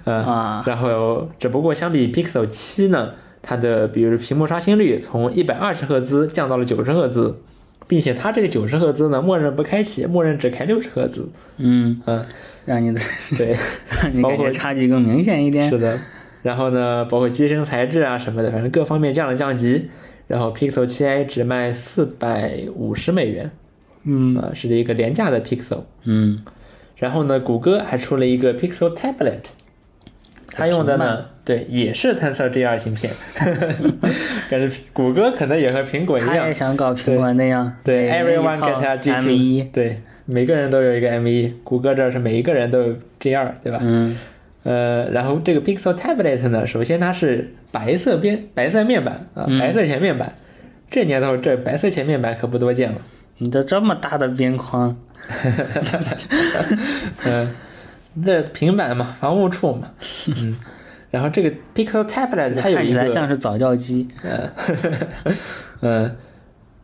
Speaker 1: 呃
Speaker 2: 啊
Speaker 1: 然后只不过相比 Pixel 七呢，它的比如屏幕刷新率从一百二十赫兹降到了九十赫兹，并且它这个九十赫兹呢，默认不开启，默认只开六十赫兹。
Speaker 2: 嗯，
Speaker 1: 嗯，
Speaker 2: 让你的，
Speaker 1: 对。
Speaker 2: 让你感觉差距更明显一点。
Speaker 1: 是的，然后呢，包括机身材质啊什么的，反正各方面降了降级。然后 Pixel 7i 只卖四百五十美元，
Speaker 2: 嗯
Speaker 1: 啊、是一个廉价的 Pixel。
Speaker 2: 嗯
Speaker 1: 然后呢，谷歌还出了一个 Pixel Tablet，它用的呢，对，也是 Tensor G2 芯片。 感觉谷歌可能也和苹果一
Speaker 2: 他
Speaker 1: 样
Speaker 2: 也，想搞苹果那样，
Speaker 1: 对
Speaker 2: 每人一
Speaker 1: ，everyone
Speaker 2: 套
Speaker 1: get a G
Speaker 2: M 一，
Speaker 1: 对，每个人都有一个 M 一，谷歌这是每一个人都有 G 二，对吧？
Speaker 2: 嗯
Speaker 1: 呃，然后这个 Pixel Tablet 呢，首先它是白色边白色面板啊、
Speaker 2: 嗯
Speaker 1: 白色前面板。这年头，这白色前面板可不多见 了。
Speaker 2: 你都这么大的边框，
Speaker 1: 嗯、这平板嘛，防误触嘛。嗯，然后这个 Pixel Tablet 它有
Speaker 2: 看
Speaker 1: 一
Speaker 2: 起来
Speaker 1: 个，
Speaker 2: 像是早教机。
Speaker 1: 呃，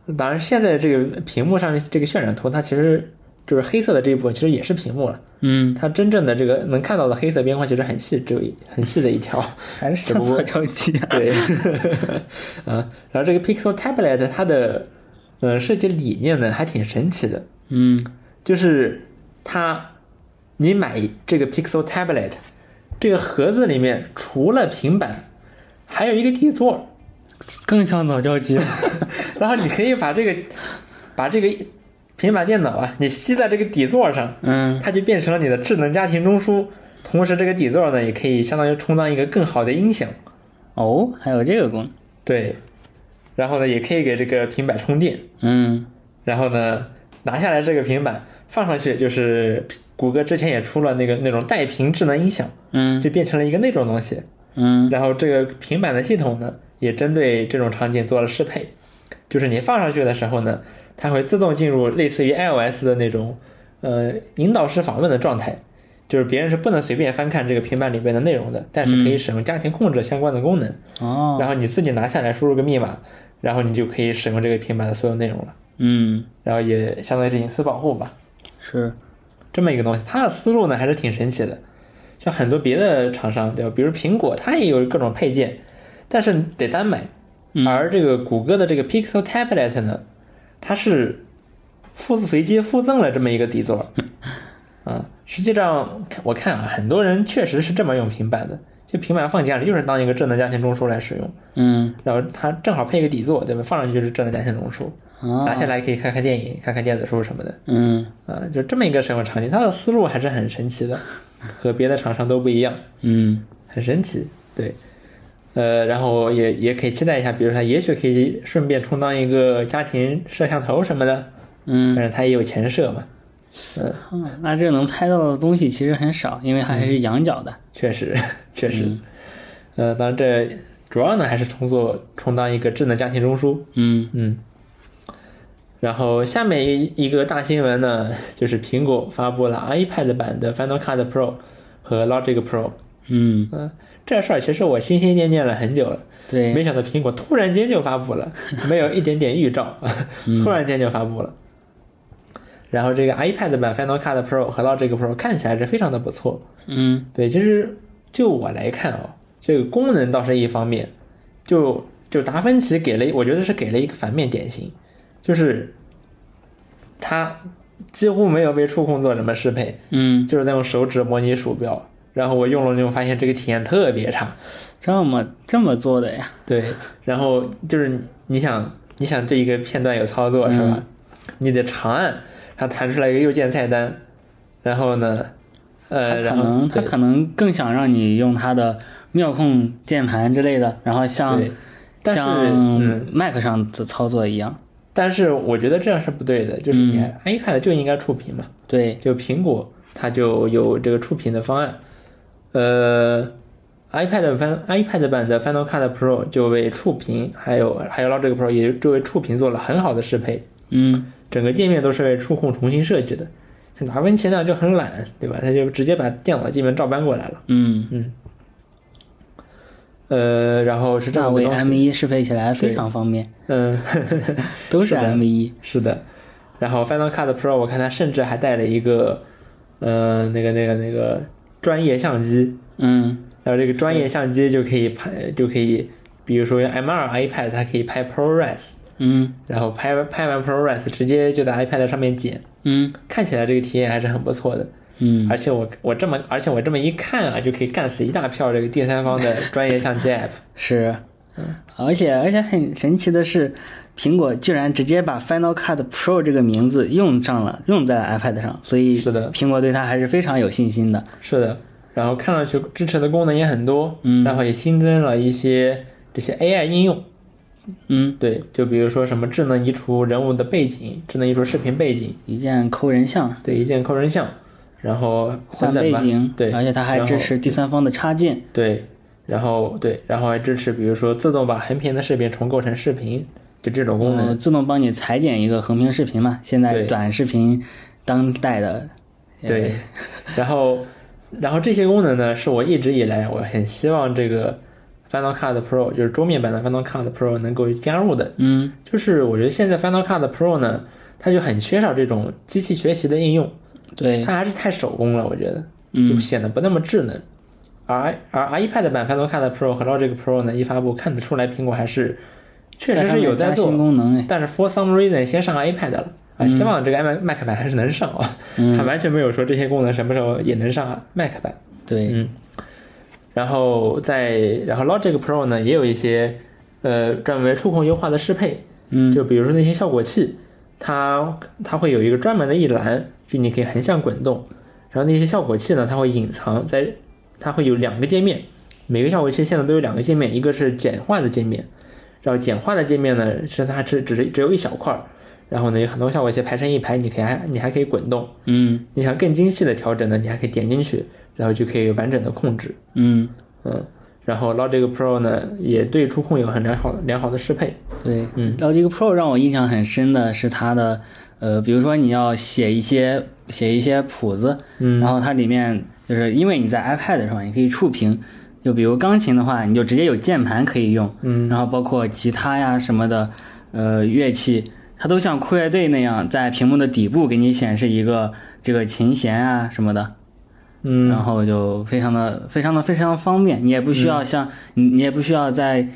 Speaker 1: 嗯、当然现在这个屏幕上面这个渲染图，它其实就是黑色的这一部分，其实也是屏幕了。
Speaker 2: 嗯，
Speaker 1: 它真正的这个能看到的黑色边框其实很细，只有一很细的一条。
Speaker 2: 还是像早教机、啊。
Speaker 1: 对，啊，然后这个 Pixel Tablet 它的呃设计理念呢还挺神奇的，
Speaker 2: 嗯
Speaker 1: 就是它你买这个 Pixel Tablet 这个盒子里面除了平板，还有一个底座，
Speaker 2: 更像早教机了。
Speaker 1: 然后你可以把这个把这个平板电脑啊，你吸在这个底座上，
Speaker 2: 嗯，
Speaker 1: 它就变成了你的智能家庭中枢。同时，这个底座呢，也可以相当于充当一个更好的音响，
Speaker 2: 哦，还有这个功能。
Speaker 1: 对。然后呢，也可以给这个平板充电，
Speaker 2: 嗯
Speaker 1: 然后呢，拿下来这个平板放上去，就是谷歌之前也出了那个那种带屏智能音响，
Speaker 2: 嗯
Speaker 1: 就变成了一个那种东西。
Speaker 2: 嗯
Speaker 1: 然后这个平板的系统呢，也针对这种场景做了适配，就是你放上去的时候呢，它会自动进入类似于 iOS 的那种呃引导式访问的状态。就是别人是不能随便翻看这个平板里边的内容的，但是可
Speaker 2: 嗯
Speaker 1: 以使用家庭控制相关的功能，
Speaker 2: 哦
Speaker 1: 然后你自己拿下来输入个密码，然后你就可以使用这个平板的所有内容了。
Speaker 2: 嗯
Speaker 1: 然后也相当于是隐私保护吧，
Speaker 2: 是
Speaker 1: 这么一个东西。它的思路呢还是挺神奇的，像很多别的厂商对吧？比如苹果，它也有各种配件，但是得单买。
Speaker 2: 嗯
Speaker 1: 而这个谷歌的这个 Pixel Tablet 呢，它是附随机附赠了这么一个底座。啊，实际上我看啊，很多人确实是这么用平板的，就平板放家里就是当一个智能家庭中枢来使用，
Speaker 2: 嗯
Speaker 1: 然后它正好配一个底座，对吧？放上去就是智能家庭中枢，
Speaker 2: 啊
Speaker 1: 拿下来可以看看电影、看看电子书什么的。
Speaker 2: 嗯
Speaker 1: 啊，就这么一个生活场景，它的思路还是很神奇的，和别的厂商都不一样，
Speaker 2: 嗯
Speaker 1: 很神奇。对，呃，然后也也可以期待一下，比如它也许可以顺便充当一个家庭摄像头什么的，反
Speaker 2: 嗯
Speaker 1: 正它也有前摄嘛。嗯，
Speaker 2: 嗯，那这能拍到的东西其实很少，因为它还是仰角的。
Speaker 1: 确实， 确实，
Speaker 2: 嗯
Speaker 1: 呃，当然这主要呢还是充作充当一个智能家庭中枢。
Speaker 2: 嗯
Speaker 1: 嗯，然后下面一一个大新闻呢，就是苹果发布了 iPad 版的 Final Cut Pro 和 Logic Pro，
Speaker 2: 嗯，
Speaker 1: 嗯，这事儿其实我心心念念了很久了，
Speaker 2: 对，
Speaker 1: 没想到苹果突然间就发布了，没有一点点预兆，突然间就发布了。然后这个 iPad 版 Final Cut Pro 和到这个 Pro 看起来是非常的不错，
Speaker 2: 嗯
Speaker 1: 对，其实就我来看啊、这个功能倒是一方面，就就达芬奇给了，我觉得是给了一个反面典型，就是他几乎没有被触控作者们适配，
Speaker 2: 嗯，
Speaker 1: 就是在用手指模拟鼠标，然后我用了用，发现这个体验特别差。
Speaker 2: 这么这么做的呀？
Speaker 1: 对，然后就是你想你想对一个片段有操作是
Speaker 2: 嗯
Speaker 1: 吧？你得长按，它弹出来一个右键菜单，然后呢，
Speaker 2: 他
Speaker 1: 呃，
Speaker 2: 可
Speaker 1: 然后
Speaker 2: 能他
Speaker 1: 对
Speaker 2: 可能更想让你用他的妙控键盘之类的，然后像
Speaker 1: 对，但是嗯
Speaker 2: 像 Mac 上的操作一样，
Speaker 1: 但是我觉得这样是不对的，就是你
Speaker 2: 嗯
Speaker 1: iPad 就应该触屏嘛，
Speaker 2: 对，
Speaker 1: 就苹果它就有这个触屏的方案，呃，iPad 版 iPad 版的 Final Cut Pro 就为触屏还有还有 Logic Pro 也就为触屏做了很好的适配，
Speaker 2: 嗯
Speaker 1: 整个界面都是为触控重新设计的。像达芬奇呢就很懒，对吧？他就直接把电脑界面照搬过来了。
Speaker 2: 嗯，
Speaker 1: 嗯，呃，然后是这
Speaker 2: 那
Speaker 1: 样的
Speaker 2: 为
Speaker 1: 东
Speaker 2: M
Speaker 1: 西。
Speaker 2: 一适配起来非常方便，
Speaker 1: 嗯，
Speaker 2: 都
Speaker 1: 是
Speaker 2: 是
Speaker 1: 的
Speaker 2: M 一，
Speaker 1: 是的，然后 Final Cut Pro 我看它甚至还带了一个，呃，那个那个那个专业相机，
Speaker 2: 嗯
Speaker 1: 然后这个专业相机就可以拍，就可以，比如说 M2 iPad 它可以拍 ProRes，
Speaker 2: 嗯
Speaker 1: 然后拍拍完 ProRes 直接就在 iPad 上面剪，
Speaker 2: 嗯
Speaker 1: 看起来这个体验还是很不错的。
Speaker 2: 嗯
Speaker 1: 而且我我这么而且我这么一看啊，就可以干死一大票这个第三方的专业相机 App。
Speaker 2: 是，
Speaker 1: 嗯
Speaker 2: 而且而且很神奇的是，苹果居然直接把 Final Cut Pro 这个名字用上了，用在了 iPad 上，所以
Speaker 1: 是的
Speaker 2: 苹果对它还是非常有信心的。
Speaker 1: 是的，然后看上去支持的功能也很多，
Speaker 2: 嗯
Speaker 1: 然后也新增了一些这些 AI 应用。
Speaker 2: 嗯，
Speaker 1: 对，就比如说什么智能移除人物的背景，智能移除视频背景，
Speaker 2: 一键抠人像，
Speaker 1: 对，一键抠人像，然后
Speaker 2: 换
Speaker 1: 等等
Speaker 2: 背
Speaker 1: 吧，
Speaker 2: 景，
Speaker 1: 对，
Speaker 2: 而且它还
Speaker 1: 然后
Speaker 2: 支持第三方的插件，
Speaker 1: 对，然后对，然后还支持比如说自动把横屏的视频重构成视频，就这种功能。
Speaker 2: 呃，自动帮你裁剪一个横屏视频嘛。现在
Speaker 1: 对
Speaker 2: 短视频当代的，呃
Speaker 1: 对，然后然后这些功能呢，是我一直以来我很希望这个 Final Cut Pro 就是桌面版的 Final Cut Pro 能够加入的，
Speaker 2: 嗯
Speaker 1: 就是我觉得现在 Final Cut Pro 呢，它就很缺少这种机器学习的应用。
Speaker 2: 对，
Speaker 1: 它还是太手工了，我觉得，
Speaker 2: 嗯
Speaker 1: 就显得不那么智能。而而 iPad 版 Final Cut Pro 和 Logic Pro 呢，一发布看得出来，苹果还是确实
Speaker 2: 在上
Speaker 1: 是
Speaker 2: 面
Speaker 1: 有在
Speaker 2: 加新
Speaker 1: 做，
Speaker 2: 功能哎，
Speaker 1: 但是 for some reason 先上 iPad 了
Speaker 2: 嗯
Speaker 1: 啊，希望这个 iMac Mac 版还是能上啊， 它完全没有说这些功能什么时候也能上啊 Mac 版，
Speaker 2: 对，
Speaker 1: 嗯。然后在然后 Logic Pro 呢，也有一些呃专门为触控优化的适配，
Speaker 2: 嗯
Speaker 1: 就比如说那些效果器，它它会有一个专门的一栏，就你可以横向滚动，然后那些效果器呢，它会隐藏在，它会有两个界面，每个效果器现在都有两个界面，一个是简化的界面，然后简化的界面呢是它只只是只有一小块儿，然后呢有很多效果器排成一排，你可以还你还可以滚动，
Speaker 2: 嗯
Speaker 1: 你想更精细的调整呢，你还可以点进去，然后就可以完整的控制，
Speaker 2: 嗯，
Speaker 1: 嗯，然后 Logic Pro 呢也对触控有很良好良好的适配，
Speaker 2: 对，
Speaker 1: 嗯
Speaker 2: 然后这个 Pro 让我印象很深的是它的，呃，比如说你要写一些写一些谱子，
Speaker 1: 嗯
Speaker 2: 然后它里面就是因为你在 iPad 上，你可以触屏，就比如钢琴的话，你就直接有键盘可以用，
Speaker 1: 嗯
Speaker 2: 然后包括吉他呀什么的，呃，乐器，它都像酷乐队那样在屏幕的底部给你显示一个这个琴弦啊什么的，
Speaker 1: 嗯，
Speaker 2: 然后就非常的、非常的、非常方便，你也不需
Speaker 1: 嗯
Speaker 2: 要像、你你也不需要在，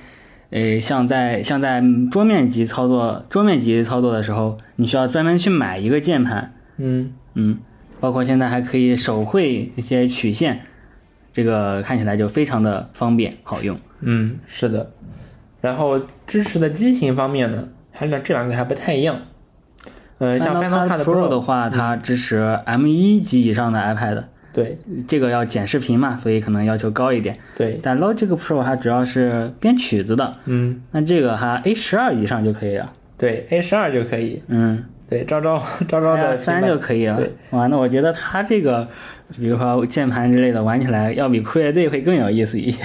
Speaker 2: 呃，像在像在桌面级操作桌面级操作的时候，你需要专门去买一个键盘，
Speaker 1: 嗯。
Speaker 2: 嗯，包括现在还可以手绘一些曲线，这个看起来就非常的方便好用。
Speaker 1: 嗯，是的。然后支持的机型方面呢，还是这两个还不太一样。呃，像 Final Cut
Speaker 2: Pro
Speaker 1: Pro 嗯
Speaker 2: 的话，它支持 M 一级以上的 iPad，
Speaker 1: 对
Speaker 2: 这个要剪视频嘛，所以可能要求高一点。
Speaker 1: 对，
Speaker 2: 但 Logic Pro 它主要是编曲子的，
Speaker 1: 嗯，
Speaker 2: 那这个哈 A 十二以上就可以了，
Speaker 1: 对 A 十二就可以，
Speaker 2: 嗯，
Speaker 1: 对，招招招招的
Speaker 2: A 三
Speaker 1: 平
Speaker 2: 就
Speaker 1: 板
Speaker 2: 可以了啊
Speaker 1: 对。
Speaker 2: 哇，那我觉得它这个，比如说键盘之类的，玩起来要比酷乐队会更有意思一些。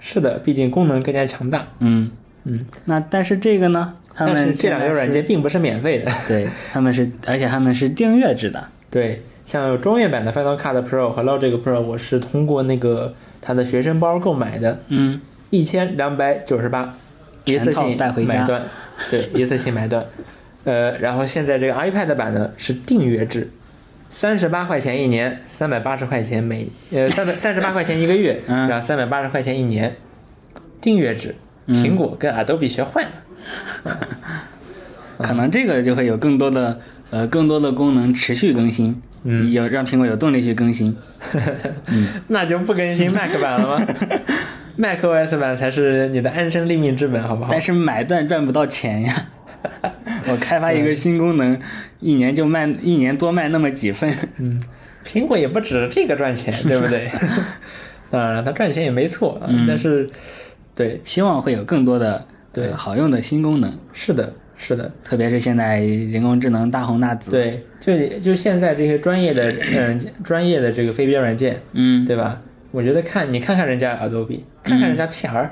Speaker 1: 是的，毕竟功能更加强大。
Speaker 2: 嗯，
Speaker 1: 嗯，
Speaker 2: 那但是这个呢，他
Speaker 1: 但
Speaker 2: 们
Speaker 1: 是这两个
Speaker 2: 现在
Speaker 1: 软件并不是免费的。
Speaker 2: 是，对，他们是，而且他们是订阅制的。
Speaker 1: 对，像中月版的 Final Cut Pro 和 Logic Pro，我是通过那个它的学生包购买的，
Speaker 2: 嗯，
Speaker 1: 一千两百九十八，一次
Speaker 2: 全
Speaker 1: 性
Speaker 2: 套带回家
Speaker 1: 买断，对，一次性买断。呃，然后现在这个 iPad 版呢是订阅制，三十八块钱一年，三百八十块钱每呃三百三十八块钱一个月，
Speaker 2: 嗯
Speaker 1: 然后三百八十块钱一年，订阅制。苹果跟 Adobe 学坏了，嗯
Speaker 2: 可能这个就会有更多的呃更多的功能持续更新，嗯，有让苹果有动力去更新。嗯
Speaker 1: 那就不更新 Mac 版了 吗？macOS 版才是你的安身立命之本，好不好
Speaker 2: 但？是买断赚不到 钱呀，我开发一个新功能，一年就卖一年多卖那么几份，
Speaker 1: 嗯，苹果也不止这个赚 钱，对不对？ 当然了，它赚钱也没错，啊
Speaker 2: 嗯
Speaker 1: 但是，对，
Speaker 2: 希望会有更多的
Speaker 1: 对
Speaker 2: 呃好用的新功能，
Speaker 1: 是的，是的，
Speaker 2: 特别是现在人工智能大红大紫。，
Speaker 1: 对，就就现在这些专业的，嗯、专业的这个非标软件，
Speaker 2: 嗯，
Speaker 1: 对吧？我觉得看你看看人家 Adobe，看看人家 PR，、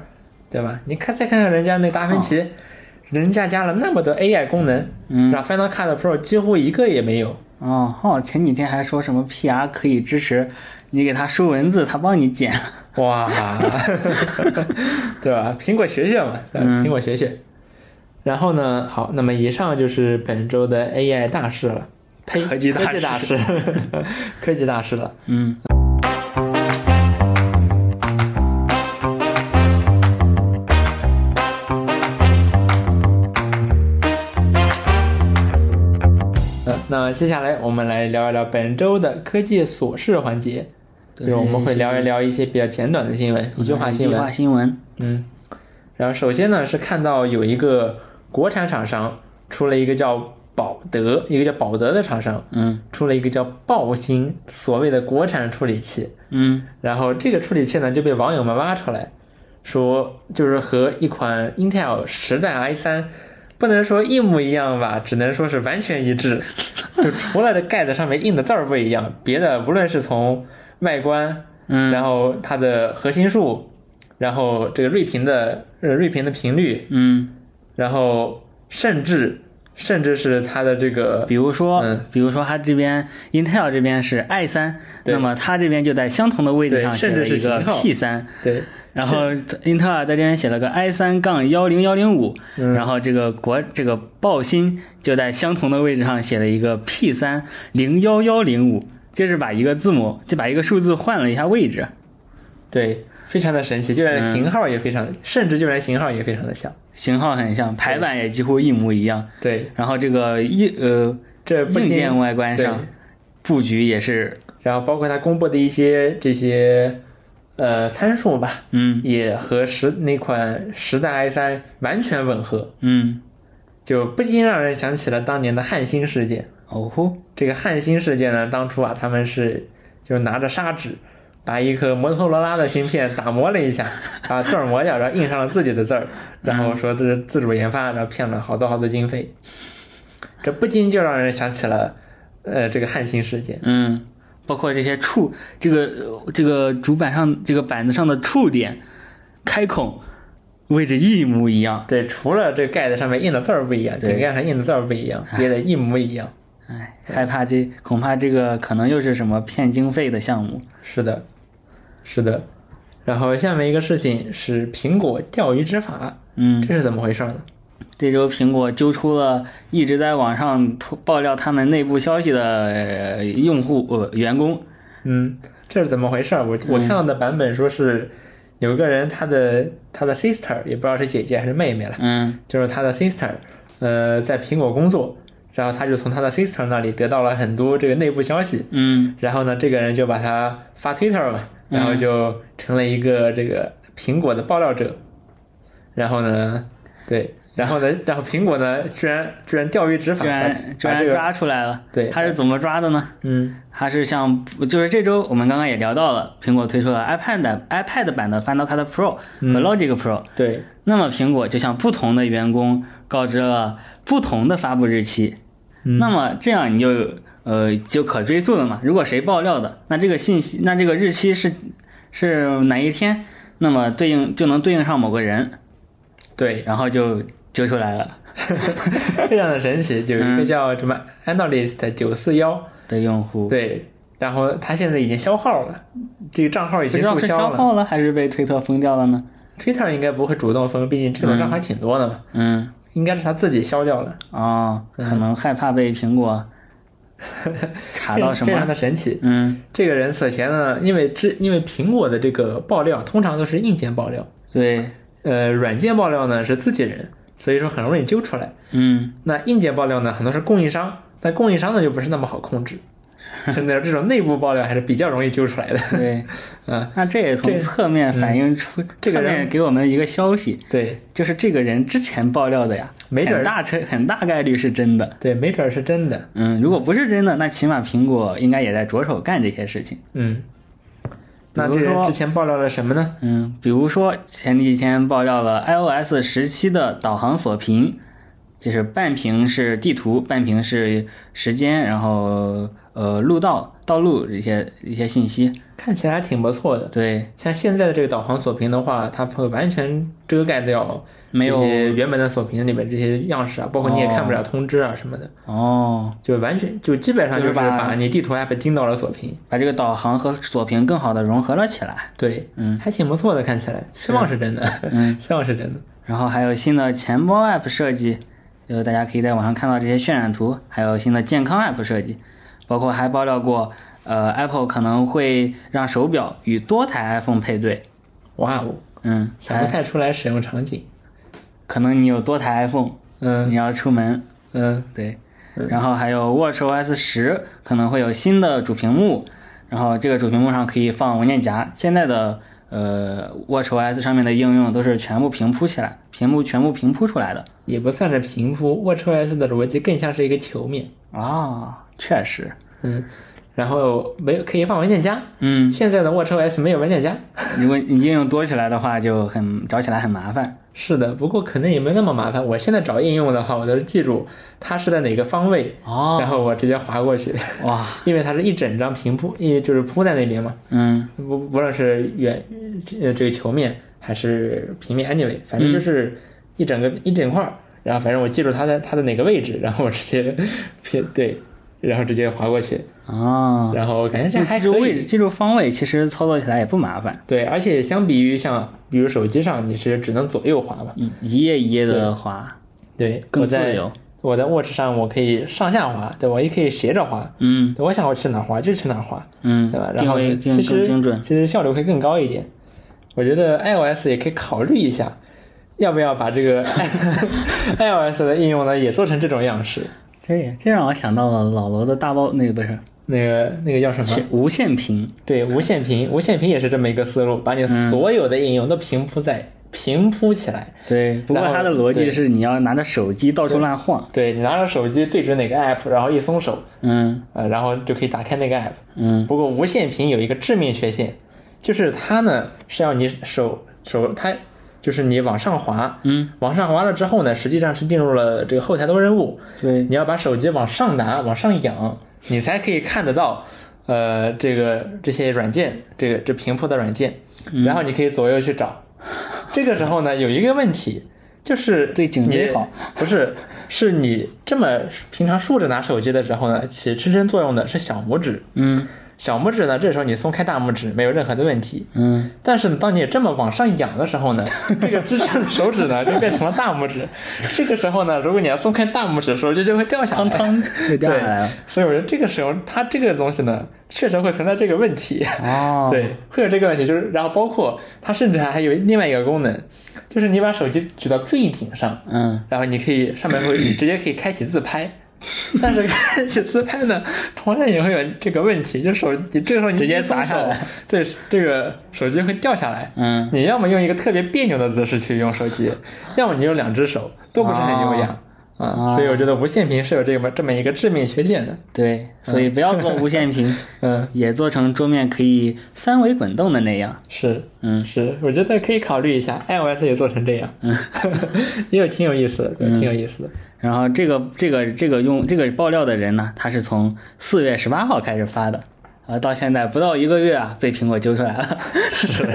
Speaker 1: 对吧？你看再看看人家那达芬奇，人家加了那么多 AI 功能，
Speaker 2: 哦嗯
Speaker 1: 然后 Final Cut Pro 几乎一个也没有。
Speaker 2: 哦，哦，前几天还说什么 PR 可以支持你给他输文字，他帮你剪。
Speaker 1: 哇，对吧？苹果学学嘛，对吧
Speaker 2: 嗯
Speaker 1: 苹果学学。然后呢，好，那么以上就是本周的 AI 大事了，呸，
Speaker 2: 科技大
Speaker 1: 科技大事， 科技大事了。
Speaker 2: 嗯，
Speaker 1: 呃，那接下来我们来聊一聊本周的科技琐事环节，
Speaker 2: 对
Speaker 1: 就是我们会聊一聊一些比较简短的新闻，一句话新
Speaker 2: 一句
Speaker 1: 闻
Speaker 2: 话。新闻。
Speaker 1: 嗯，然后首先呢是看到有一个国产厂商出了一个叫宝德，一个叫宝德的厂商，
Speaker 2: 嗯
Speaker 1: 出了一个叫爆星所谓的国产处理器，
Speaker 2: 嗯
Speaker 1: 然后这个处理器呢就被网友们挖出来，说就是和一款 Intel 十代 i 三，不能说一模一样吧，只能说是完全一致， 就除了这盖子上面印的字儿不一样，别的无论是从外观，
Speaker 2: 嗯
Speaker 1: 然后它的核心数，然后这个睿频的呃睿频的频率，
Speaker 2: 嗯，
Speaker 1: 然后甚至甚至是它的这个
Speaker 2: 比如说，
Speaker 1: 嗯
Speaker 2: 比如说它这边 Intel 这边是 i 三，
Speaker 1: 对
Speaker 2: 那么它这边就在相同的位置上
Speaker 1: 对
Speaker 2: 写
Speaker 1: 甚至
Speaker 2: 了
Speaker 1: 是
Speaker 2: 一个
Speaker 1: 型号
Speaker 2: P 三，
Speaker 1: 对
Speaker 2: 然后英特尔在这边写了个 i 三杠幺零幺零五，
Speaker 1: 嗯
Speaker 2: 然后这个国这个爆芯就在相同的位置上写了一个 P 三零幺幺零五，就是把一个字母就把一个数字换了一下位置，
Speaker 1: 对，非常的神奇，就连
Speaker 2: 嗯
Speaker 1: 型号也非常，甚至就连型号也非常的像。
Speaker 2: 型号很像，排版也几乎一模一样，
Speaker 1: 对，
Speaker 2: 然后这个硬呃
Speaker 1: 这不
Speaker 2: 硬
Speaker 1: 仅
Speaker 2: 件外观上
Speaker 1: 对
Speaker 2: 布局也是
Speaker 1: 然后包括它公布的一些这些呃参数吧，
Speaker 2: 嗯
Speaker 1: 也和十那款十代 i 三完全吻合，
Speaker 2: 嗯
Speaker 1: 就不禁让人想起了当年的汉芯事件。
Speaker 2: 哦吼
Speaker 1: 这个汉芯事件呢，当初啊，他们是就是拿着砂纸。把一颗摩托罗拉的芯片打磨了一 下，把字儿磨掉，然后印上了自己的字儿，然后说这是自主研发，然后骗了好多好多经费。这不禁就让人想起了，呃，这个汉芯事件。
Speaker 2: 嗯，包括这些触，这个这个主板上这个板子上的触点、开孔位置一模一样。
Speaker 1: 对，除了这盖子上面印的字儿不一样，
Speaker 2: 对
Speaker 1: 顶盖上印的字儿不一样，别的一模一样。
Speaker 2: 哎，害怕这恐怕这个可能又是什么骗经费的项目。
Speaker 1: 是的，是的。然后下面一个事情是苹果钓鱼执法，
Speaker 2: 嗯，
Speaker 1: 这是怎么回事呢？
Speaker 2: 这周苹果揪出了一直在网上吐爆料他们内部消息的呃用户呃员工。
Speaker 1: 嗯，这是怎么回事？我
Speaker 2: 嗯
Speaker 1: 我看到的版本说是有一个人，他的他的 sister 也不知道是姐姐还是妹妹了，
Speaker 2: 嗯
Speaker 1: 就是他的 sister，呃，在苹果工作，然后他就从他的 sister 那里得到了很多这个内部消息，
Speaker 2: 嗯
Speaker 1: 然后呢，这个人就把他发 Twitter 嘛，
Speaker 2: 嗯
Speaker 1: 然后就成了一个这个苹果的爆料者。然后呢，对，然后呢，然后苹果呢，居然居然钓鱼执法，
Speaker 2: 居然居
Speaker 1: 把把
Speaker 2: 然
Speaker 1: 这个
Speaker 2: 抓出来了。
Speaker 1: 对
Speaker 2: 他是怎么抓的呢？
Speaker 1: 嗯
Speaker 2: 它是像，就是这周我们刚刚也聊到了，苹果推出了 iPad 版 iPad 版的 Final Cut Pro
Speaker 1: 嗯
Speaker 2: 和 Logic Pro、
Speaker 1: 对
Speaker 2: 那么苹果就向不同的员工告知了不同的发布日期。
Speaker 1: 嗯
Speaker 2: 那么这样你就呃就可追溯了嘛。如果谁爆料的，那这个信息，那这个日期是是哪一天，那么对应就能对应上某个人，
Speaker 1: 对，
Speaker 2: 然后就揪出来了。
Speaker 1: 非常的神奇，就有一个
Speaker 2: 嗯
Speaker 1: 叫什么 Analyst 九四幺，
Speaker 2: 的用户，
Speaker 1: 对，然后它现在已经消号了，这个账号已
Speaker 2: 不
Speaker 1: 经
Speaker 2: 知道
Speaker 1: 注
Speaker 2: 是
Speaker 1: 销
Speaker 2: 消
Speaker 1: 了。
Speaker 2: 耗了还是被推特封掉了呢？
Speaker 1: Twitter 应该不会主动封，毕竟这种账还挺多的嘛，
Speaker 2: 嗯，
Speaker 1: 应该是他自己消掉的，
Speaker 2: 哦，
Speaker 1: 嗯
Speaker 2: 可能害怕被苹果查到什
Speaker 1: 非常
Speaker 2: 么？
Speaker 1: 的神奇。
Speaker 2: 嗯，
Speaker 1: 这个人此前呢，因为这因为苹果的这个爆料通常都是硬件爆料，
Speaker 2: 对，
Speaker 1: 呃，软件爆料呢是自己人，所以说很容易揪出来。
Speaker 2: 嗯，
Speaker 1: 那硬件爆料呢，很多是供应商，但供应商呢就不是那么好控 制，真的这种内部爆料还是比较容易揪出来的。
Speaker 2: 对，
Speaker 1: 嗯，
Speaker 2: 那这也从
Speaker 1: 这嗯
Speaker 2: 侧面反映出，
Speaker 1: 这个
Speaker 2: 侧面
Speaker 1: 人
Speaker 2: 给我们一个消息，
Speaker 1: 对
Speaker 2: 就是这个人之前爆料的呀，
Speaker 1: 没准儿
Speaker 2: 很大成很大概率是真的。
Speaker 1: 对，没准儿是真的。
Speaker 2: 嗯，如果不是真的，那起码苹果应该也在着手干这些事情。
Speaker 1: 嗯，那
Speaker 2: 比
Speaker 1: 这
Speaker 2: 如
Speaker 1: 人
Speaker 2: 说
Speaker 1: 之前爆料了什么呢？
Speaker 2: 嗯，比如说前几天爆料了 iOS 十七的导航锁屏，就是半屏是地图，半屏是时间，然后呃路道、道路一些一些信息。
Speaker 1: 看起来还挺不错的。
Speaker 2: 对，
Speaker 1: 像现在的这个导航锁屏的话，它会完全遮盖掉
Speaker 2: 没有
Speaker 1: 一些原本的锁屏里面这些样式啊，包括你也
Speaker 2: 哦
Speaker 1: 看不了通知啊什么的，
Speaker 2: 哦，
Speaker 1: 就完全就基本上
Speaker 2: 就是
Speaker 1: 就是
Speaker 2: 把
Speaker 1: 把你地图 app 钉到了锁屏。
Speaker 2: 把这个导航和锁屏更好的融合了起来。
Speaker 1: 对，
Speaker 2: 嗯
Speaker 1: 还挺不错的，看起来，希望是真的，
Speaker 2: 嗯
Speaker 1: 希望是真的。
Speaker 2: 然后还有新的钱包 App 设计，呃，大家可以在网上看到这些渲染图，还有新的健康 App 设计，包括还爆料过，呃，Apple 可能会让手表与多台 iPhone 配对，
Speaker 1: 哇哦，
Speaker 2: 嗯，
Speaker 1: 想不
Speaker 2: 哎
Speaker 1: 太出来使用场景。
Speaker 2: 可能你有多台 iPhone，你
Speaker 1: 嗯
Speaker 2: 要出门，
Speaker 1: 嗯，
Speaker 2: 对，
Speaker 1: 嗯
Speaker 2: 然后还有 WatchOS 十可能会有新的主屏幕，然后这个主屏幕上可以放文件夹，现在的。呃，WatchOS 上面的应用都是全部平铺起来，屏幕全部平铺出来的
Speaker 1: 也不算是平铺，WatchOS 的逻辑更像是一个球面。
Speaker 2: 啊、确实，
Speaker 1: 嗯，然后没有可以放文件夹，
Speaker 2: 嗯，
Speaker 1: 现在的 WatchOS 没有文件夹。
Speaker 2: 如果你应用多起来的话，就很找起来很麻烦。
Speaker 1: 是的，不过可能也没那么麻烦。我现在找应用的话，我都是记住它是在哪个方位，
Speaker 2: 哦
Speaker 1: 然后我直接划过去，
Speaker 2: 哇，
Speaker 1: 因为它是一整张平铺，一就是铺在那边嘛，
Speaker 2: 嗯
Speaker 1: 不不论是圆呃这个球面还是平面，anyway，反
Speaker 2: 嗯
Speaker 1: 正就是一整个、一整块儿，然后反正我记住它在它的哪个位置，然后我直接撇对，然后直接划过去，
Speaker 2: 啊，
Speaker 1: 然后感觉这还
Speaker 2: 记住
Speaker 1: 可
Speaker 2: 位置、
Speaker 1: 以。
Speaker 2: 记住方位，其实操作起来也不麻烦，
Speaker 1: 对，而且相比于像比如手机上，你是只能左右滑嘛，
Speaker 2: 一一页一页的滑，
Speaker 1: 对，
Speaker 2: 更
Speaker 1: 我
Speaker 2: 自
Speaker 1: 在
Speaker 2: 由。
Speaker 1: 我在 Watch 上我可以上下滑，对我也可以斜着滑，
Speaker 2: 嗯
Speaker 1: 我想我去哪儿滑就去哪儿滑，
Speaker 2: 嗯
Speaker 1: 对吧？，然
Speaker 2: 定
Speaker 1: 后其
Speaker 2: 位定更
Speaker 1: 实
Speaker 2: 精准。
Speaker 1: 其实效率会更高一点。我觉得 iOS 也可以考虑一下，要不要把这 个 iOS 的应用呢也做成这种样式？
Speaker 2: 这这让我想到了老罗的大包，那个不是
Speaker 1: 那个那个叫什么？
Speaker 2: 切无线屏。
Speaker 1: 对，无线屏，无线屏也是这么一个思路，把你
Speaker 2: 嗯
Speaker 1: 所有的应用都平铺在、平铺起来。
Speaker 2: 对，不过
Speaker 1: 然后
Speaker 2: 它的逻辑
Speaker 1: 对
Speaker 2: 是你要拿着手机到处乱晃。
Speaker 1: 对你拿着手机对准哪个 app，然后一松手，
Speaker 2: 嗯
Speaker 1: 呃，然后就可以打开那个 app。
Speaker 2: 嗯
Speaker 1: 不过无线屏有一个致命缺陷，就是它呢是要你手手它就是你往上滑，
Speaker 2: 嗯，
Speaker 1: 往上滑了之后呢，实际上是进入了这个后台的任务，
Speaker 2: 对
Speaker 1: 你要把手机往上拿，往上仰，你才可以看得到，呃，这个这些软件，这个这屏幕的软件，
Speaker 2: 嗯
Speaker 1: 然后你可以左右去 找。这个时候呢，有一个问题。就是
Speaker 2: 对颈椎
Speaker 1: 你
Speaker 2: 好，
Speaker 1: 不是，是你这么平常竖着拿手机的时候呢，起支撑作用的是小拇指，
Speaker 2: 嗯
Speaker 1: 小拇指呢，这时候你松开大拇指没有任何的问题。
Speaker 2: 嗯，
Speaker 1: 但是呢，当你这么往上仰的时候呢，这个支撑的手指呢就变成了大拇指。这个时候呢，如果你要松开大拇指，手机就会掉下来。
Speaker 2: 汤汤就掉下来了
Speaker 1: 对。，所以我觉得这个时候它这个东西呢，确实会存在这个问题。
Speaker 2: 哦，
Speaker 1: 对，会有这个问题，就是然后包括它甚至还还有另外一个功能，就是你把手机举到最顶上，
Speaker 2: 嗯，
Speaker 1: 然后你可以上面会你直接可以开启自 拍，但是开启自拍呢，同样也会有这个问题，就手你这个时候你
Speaker 2: 直
Speaker 1: 一
Speaker 2: 接
Speaker 1: 松
Speaker 2: 砸下
Speaker 1: 手
Speaker 2: 来，
Speaker 1: 对，这个手机会掉下来。
Speaker 2: 嗯
Speaker 1: 你要么用一个特别别扭的姿势去用手 机，要么你用两只手，都不是很优雅啊、
Speaker 2: 哦
Speaker 1: 所以我觉得无线屏是有这么这么一个致命缺陷的。
Speaker 2: 对，所以不要做无线屏。
Speaker 1: 嗯，
Speaker 2: 也做成桌面可以三维滚动的那样。
Speaker 1: 是，
Speaker 2: 嗯
Speaker 1: 是，我觉得可以考虑一下，iOS 也做成这样，嗯， 也有挺有意思的，
Speaker 2: 嗯
Speaker 1: 对挺有意思的。
Speaker 2: 然后这个这个这个用这个爆料的人呢，他是从四月十八号开始发的，啊，到 现在不到一个月啊，被苹果揪出来了。
Speaker 1: 是，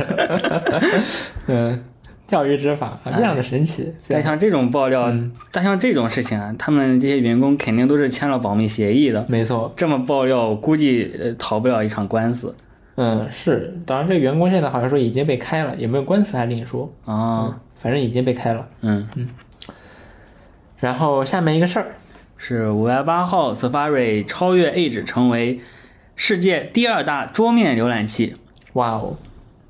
Speaker 1: 嗯，钓鱼执法非常的神奇。非
Speaker 2: 哎但
Speaker 1: 常
Speaker 2: 像这种爆料
Speaker 1: 啊嗯，
Speaker 2: 但像这种事情啊，他们这些员工肯定都是签了保密协议的。
Speaker 1: 没错，
Speaker 2: 这么爆料，我估计呃逃不了一场官司
Speaker 1: 嗯，是。当然，这个员工现在好像说已经被开了，有没有官司还另说。嗯
Speaker 2: 啊。
Speaker 1: 反正已经被开了。
Speaker 2: 嗯，
Speaker 1: 然后下面一个事儿，
Speaker 2: 是五月八号，Safari 超越 Edge 成为世界第二大桌面浏览器。
Speaker 1: 哇哦！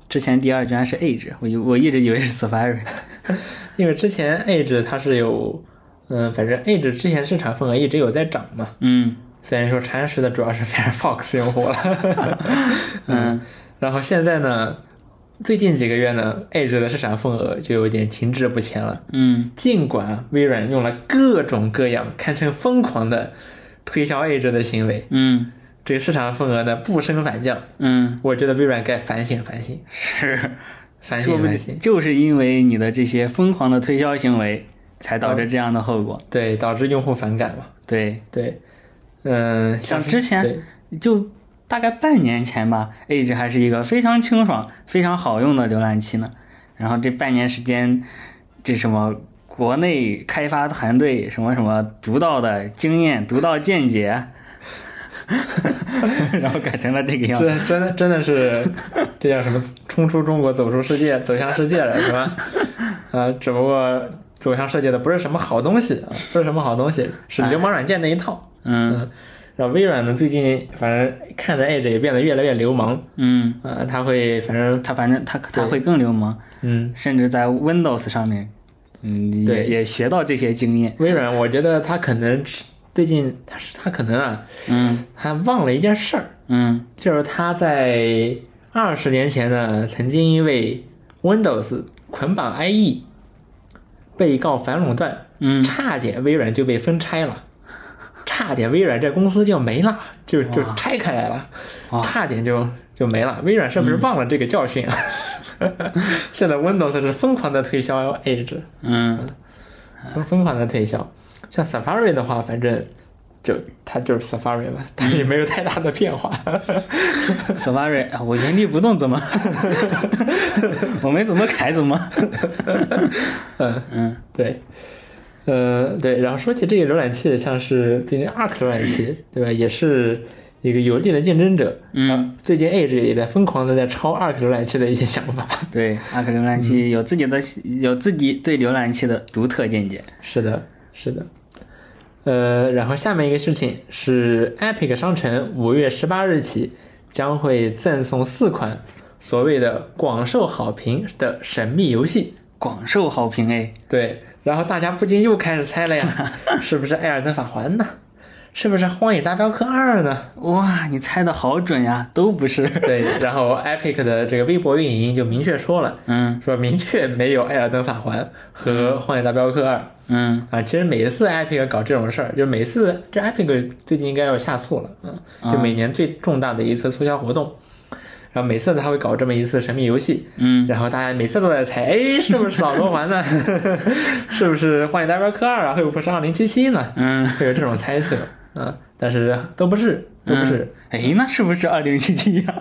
Speaker 1: 之
Speaker 2: 之前第二居然是 Edge，我以我一直以为是 Safari。
Speaker 1: 因为之前 Edge 它是有，嗯，反正 Edge 之前市场份额一直有在涨嘛。
Speaker 2: 嗯
Speaker 1: 虽然说蚕食的主要是 Firefox 用户了，
Speaker 2: 嗯，
Speaker 1: 然后现在呢，最近几个月呢，Edge 的市场份额就有点停滞不前了。
Speaker 2: 嗯
Speaker 1: 尽管微软用了各种各样堪称疯狂的推销 Edge 的行为，
Speaker 2: 嗯
Speaker 1: 这个市场份额呢不升反降，
Speaker 2: 嗯，
Speaker 1: 我觉得微软该反省反省，
Speaker 2: 是，
Speaker 1: 反
Speaker 2: 说
Speaker 1: 省
Speaker 2: 不
Speaker 1: 反
Speaker 2: 定
Speaker 1: 省，
Speaker 2: 就是因为你的这些疯狂的推销行为，才导
Speaker 1: 哦
Speaker 2: 致这样的后果。
Speaker 1: 对，导致用户反感嘛。
Speaker 2: 对，
Speaker 1: 对，嗯，
Speaker 2: 像
Speaker 1: 是
Speaker 2: 之前
Speaker 1: 对
Speaker 2: 就大概半年前吧，Edge 还是一个非常清爽、非常好用的浏览器呢。然后这半年时间，这什么国内开发团队什么什么独到的经验、独到见解， 然后改成了这个样子。
Speaker 1: 这真的真的 是，这叫什么？冲出中国，走出世界，走向世界了，是吧？ 呃，只不过走向世界的不是什么好东西啊，不是什么好东西，是流氓软件那一套。
Speaker 2: 嗯
Speaker 1: 嗯，然后微软呢，最近反正看着 Edge 也变得越来越流氓
Speaker 2: 嗯，
Speaker 1: 啊、呃它会反正
Speaker 2: 他反正他他
Speaker 1: 对
Speaker 2: 会更流氓，
Speaker 1: 嗯，
Speaker 2: 甚至在 Windows 上面，嗯，也
Speaker 1: 对
Speaker 2: 也学到这些经验。
Speaker 1: 微软我觉得它可能是最近它是它可能啊，
Speaker 2: 嗯
Speaker 1: 它忘了一件事儿，
Speaker 2: 嗯
Speaker 1: 就是他在二十年前呢，曾经因为 Windows 捆绑 IE 被告反垄断，
Speaker 2: 嗯
Speaker 1: 差点微软就被分拆了，差点微软这公司就没了，就就
Speaker 2: 哇
Speaker 1: 拆开来了，
Speaker 2: 哇嗯
Speaker 1: 差点就就没了。微软是不是忘了这个教训啊？ 现在 Windows 是疯狂的推销 Edge，
Speaker 2: 嗯
Speaker 1: 疯疯狂的推销。像 Safari 的话，反正就它就是 Safari 嘛，它也没有太大的变化。
Speaker 2: ，Safari，啊我原地不动怎么？ 我没怎么改怎 么？
Speaker 1: 嗯，
Speaker 2: 嗯
Speaker 1: 对，呃，对。然后说起这个浏览器，像是最近 Arc 浏览器，对吧，也是一个有力的竞争者。
Speaker 2: 嗯
Speaker 1: 啊，最近 Edge 也在疯狂的在抄 Arc 浏览器的一些想法。
Speaker 2: 对，Arc 浏览
Speaker 1: 嗯
Speaker 2: 器有自己的有自己对浏览器的独特见解。
Speaker 1: 是的，是的。呃，然后下面一个事情是，Epic 商城五月十八日起将会赠送四款所谓的广受好评的神秘游戏。
Speaker 2: 广受好评哎，
Speaker 1: 对，然后大家不禁又开始猜了呀，是不是《艾尔登法环》呢？是不是《荒野大镖客二》呢？
Speaker 2: 哇，你猜的好准呀，都不是。
Speaker 1: 对，然后 Epic 的这个微博运营就明确说了，
Speaker 2: 嗯
Speaker 1: 说明确没有《艾尔登法环》和《荒野大镖客二》
Speaker 2: 嗯
Speaker 1: 啊。其实每一次 Epic 搞这种事儿，就每次这 Epic 最近应该要下促了，
Speaker 2: 啊
Speaker 1: 嗯，就每年最重大的一次促销活动，然后每次他会搞这么一次神秘游戏，
Speaker 2: 嗯
Speaker 1: 然后大家每次都在猜，哎，是不是老头环呢？ 是不是《荒野大镖客二》啊？会不会是二零七七呢？
Speaker 2: 嗯，
Speaker 1: 会有这种猜测，嗯，但是都不是，都不是，
Speaker 2: 哎，那是不是二零七七呀？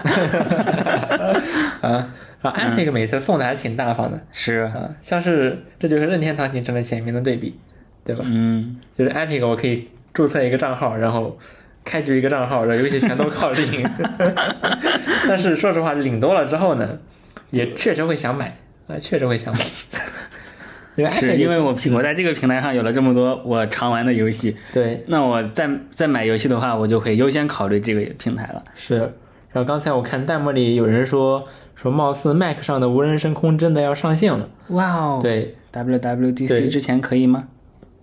Speaker 2: 嗯
Speaker 1: 啊。然后 Epic 每次送的还挺大方的，
Speaker 2: 是，
Speaker 1: 啊，像是这就是任天堂形成了鲜明的对比，对吧？
Speaker 2: 嗯，
Speaker 1: 就是 Epic 我可以注册一个账号，然后开局一个账号，然后游戏全都靠领。 但是说实话，领多了之后呢，也确实会想买，啊，确实会 想买。因为 Epic
Speaker 2: 是因为我苹果在这个平台上有了这么多我常玩的游戏，
Speaker 1: 对
Speaker 2: 那我再再买游戏的话，我就会优先考虑这个平台了。
Speaker 1: 是，然后刚才我看弹幕里有人说说，貌似 Mac 上的无人升空真的要上线了。
Speaker 2: 哇哦对
Speaker 1: 对，对
Speaker 2: ，WWDC 之前可以吗？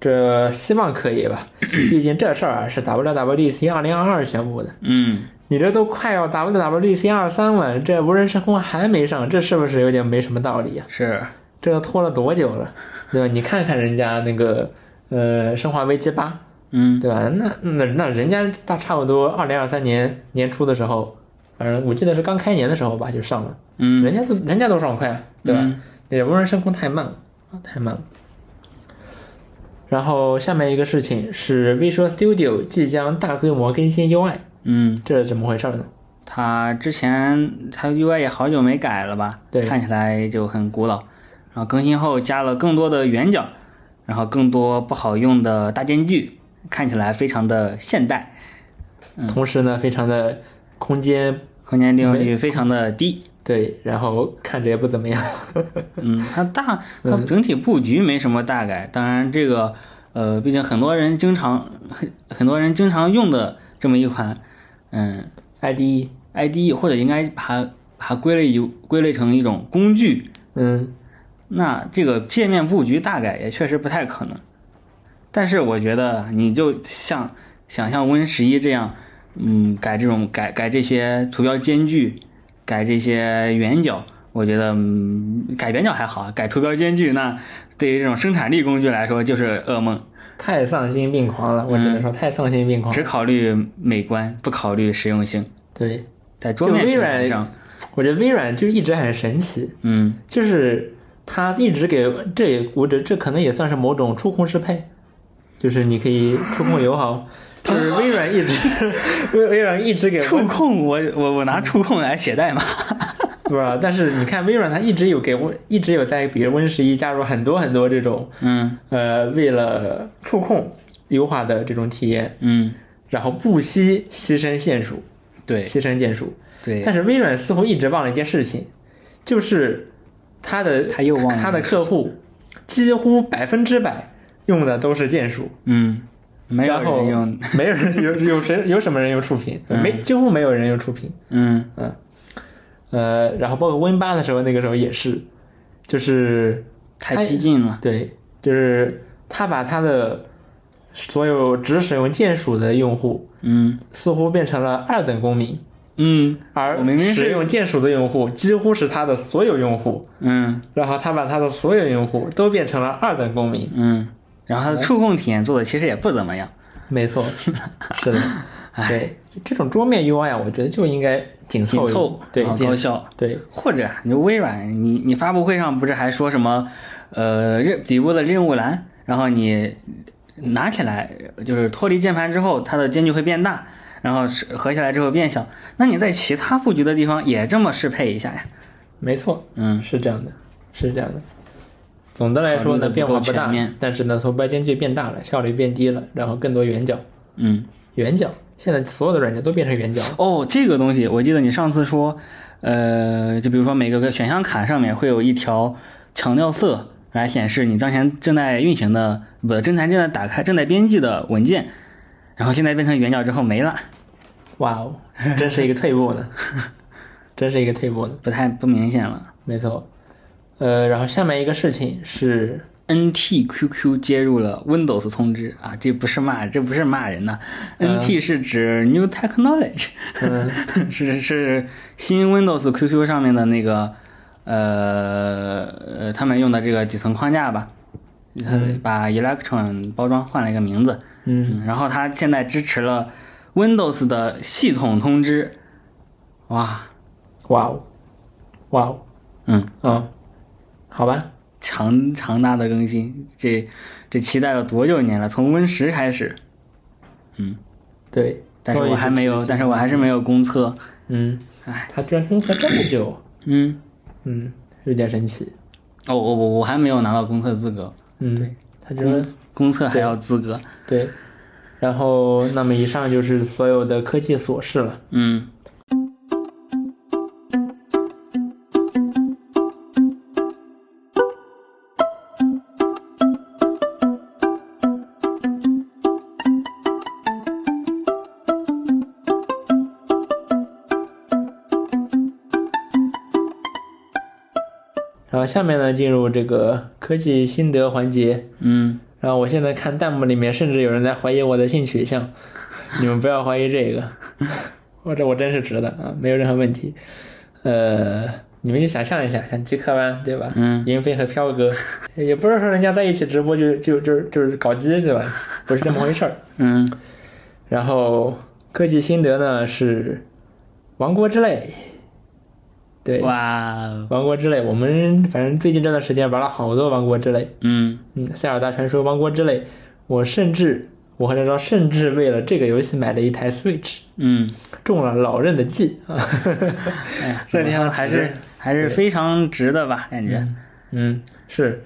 Speaker 1: 这希望可以吧，毕竟这事儿啊是 WWDC 二零二二宣布的。
Speaker 2: 嗯，
Speaker 1: 你这都快要 WWDC 二三了，这无人升空还没上，这是不是有点没什么道理呀、
Speaker 2: 是，
Speaker 1: 这都拖了多久了，对吧？你看看人家那个呃《生化危机八》，
Speaker 2: 嗯
Speaker 1: 对吧？那那那人家大差不多二零二三年年初的时候，反正我记得是刚开年的时候吧就上了，
Speaker 2: 嗯
Speaker 1: 人家都人家都爽快，啊对吧？
Speaker 2: 嗯
Speaker 1: 这无人升空太慢了，啊太慢了。然后下面一个事情是 Visual Studio 即将大规模更新 UI，
Speaker 2: 嗯，
Speaker 1: 这是怎么回事呢？
Speaker 2: 它之前它 UI 也好久没改了吧？
Speaker 1: 对
Speaker 2: 看起来就很古老。然后更新后加了更多的圆角，然后更多不好用的大间距，看起来非常的现代，
Speaker 1: 同时呢，非常的空间
Speaker 2: 空间利用率非常的 低。
Speaker 1: 对，然后看着也不怎么样。
Speaker 2: 嗯，它大，它整体布局没什么大改。当然，这个呃，毕竟很多人经常很很多人经常用的这么一款，嗯
Speaker 1: IDE
Speaker 2: ，IDE 或者应该把它把它归类于归类成一种工具。
Speaker 1: 嗯，
Speaker 2: 那这个界面布局大改也确实不太可能。但是我觉得你就像想像 Win 十一这样，嗯，改这种改改这些图标间距，改这些圆角，我觉得、嗯、改圆角还好，改图标间距那对于这种生产力工具来说就是噩梦。
Speaker 1: 太丧心病狂了，我只能说太丧心病狂。
Speaker 2: 只考虑美观，不考虑实用性。
Speaker 1: 对，
Speaker 2: 在桌面
Speaker 1: 就微
Speaker 2: 平
Speaker 1: 软
Speaker 2: 台上，
Speaker 1: 我觉得微软就一直很神奇，
Speaker 2: 嗯，
Speaker 1: 就是它一直给这也我这这可能也算是某种触控适配，就是你可以触控友 好，就是微软一直 微微软一直给
Speaker 2: 触控，我我我拿触控来写代码。
Speaker 1: 不知道，但是你看微软它一直有给 Win 一直有在比如 Win 十一加入很多很多这种
Speaker 2: 嗯
Speaker 1: 呃为了触控优化的这种体验，
Speaker 2: 嗯，
Speaker 1: 然后不惜牺牲键鼠，
Speaker 2: 对
Speaker 1: 牺牲键鼠。
Speaker 2: 对，
Speaker 1: 但是微软似乎一直忘了一件事情，就是它的
Speaker 2: 它又忘了
Speaker 1: 它的客户几乎百分之百用的都是键鼠，
Speaker 2: 嗯，没有
Speaker 1: 然后
Speaker 2: 人用，
Speaker 1: 没有人有有谁有什么人用触屏，
Speaker 2: 嗯
Speaker 1: 没几乎没有人用触屏，
Speaker 2: 嗯
Speaker 1: 嗯，呃，然后包括 Win 八的时候，那个时候也是，就是
Speaker 2: 太激进了。
Speaker 1: 对，就是他把他的所有只使用键鼠的用户，
Speaker 2: 嗯
Speaker 1: 似乎变成了二等公民，
Speaker 2: 嗯
Speaker 1: 而
Speaker 2: 我明明是
Speaker 1: 使用键鼠的用户几乎是他的所有用户，
Speaker 2: 嗯
Speaker 1: 然后他把他的所有用户都变成了二等公民。
Speaker 2: 嗯，然后它的触控体验做的其实也不怎么样。
Speaker 1: 没错，是 的，
Speaker 2: 哎
Speaker 1: 对这种桌面 UI 啊，我觉得就应该紧
Speaker 2: 紧
Speaker 1: 凑一
Speaker 2: 凑，
Speaker 1: 对
Speaker 2: 然后
Speaker 1: 紧
Speaker 2: 高效。
Speaker 1: 对
Speaker 2: 或者你就微软，你你发布会上不是还说什么，呃，任底部的任务栏，然后你拿起来就是脱离键盘之后，它的间距会变大，然后是合起来之后变小。那你在其他布局的地方也这么适配一下呀？
Speaker 1: 没错，
Speaker 2: 嗯
Speaker 1: 是这样的，是这样的。总的来说
Speaker 2: 考虑得
Speaker 1: 呢，
Speaker 2: 不
Speaker 1: 变化
Speaker 2: 够
Speaker 1: 不大
Speaker 2: 全面，
Speaker 1: 但是呢，从白间距变大了，效率变低了，然后更多圆角，
Speaker 2: 嗯。
Speaker 1: 圆角，现在所有的软件都变成圆角了。
Speaker 2: 哦，这个东西我记得你上次说，呃，就比如说每个个选项卡上面会有一条强调色来显示你当前正在运行的不正在正在打开正在编辑的文件，然后现在变成圆角之后没了，
Speaker 1: 哇哦，真是一个退步 呢，真是一个退步呢，
Speaker 2: 不太不明显了。
Speaker 1: 没错。呃，然后下面一个事情是
Speaker 2: NTQQ 接入了 Windows 通知啊，这不是骂，这不是骂人呐、NT 是指 New Technology，、是
Speaker 1: 呃
Speaker 2: 是新 Windows QQ 上面的那个呃呃，他们用的这个底层框架吧，它把 Electron 包装换了一个名 字，
Speaker 1: 嗯，
Speaker 2: 然后它现在支持了 Windows 的系统通知，哇，
Speaker 1: 哇哦，哇哦，
Speaker 2: 嗯，
Speaker 1: 嗯，好吧，
Speaker 2: 强强大的更新，这这期待了多久年了？从 Win 十开始，
Speaker 1: 对，
Speaker 2: 但是
Speaker 1: 终于
Speaker 2: 我还没
Speaker 1: 出
Speaker 2: 有，
Speaker 1: 现
Speaker 2: 但是我还是没有公测。
Speaker 1: 嗯，
Speaker 2: 唉
Speaker 1: 他居然工作这么久，
Speaker 2: 嗯，
Speaker 1: 嗯，有点神奇，
Speaker 2: 哦，我我我还没有拿到公测资格，
Speaker 1: 嗯，他居然
Speaker 2: 公公测还要资格。
Speaker 1: 对，然后那么以上就是所有的科技琐事了。
Speaker 2: 嗯，
Speaker 1: 然后下面呢，进入这个科技心得环节。
Speaker 2: 嗯，
Speaker 1: 然后我现在看弹幕里面，甚至有人在怀疑我的性取向，你们不要怀疑这个，我这我真是直的啊，没有任何问题。呃，你们就想象一下，像极客湾对吧？
Speaker 2: 嗯
Speaker 1: 银飞和飘哥，也不是说人家在一起直播就就就就是搞基对吧？不是这么回事儿。
Speaker 2: 嗯，
Speaker 1: 然后科技心得呢是《王国之泪》，对，《
Speaker 2: 哇哦，
Speaker 1: 王国之泪》我们反正最近这段时间玩了好多《王国之泪》，
Speaker 2: 嗯
Speaker 1: 嗯，《塞尔达传说：王国之泪》，我甚至我和张超甚至为了这个游戏买了一台 Switch，
Speaker 2: 嗯，
Speaker 1: 中了老任的计啊，
Speaker 2: 哎呀，
Speaker 1: 这地方
Speaker 2: 还
Speaker 1: 值
Speaker 2: 是还是非常值的吧，感觉。
Speaker 1: 嗯嗯，是，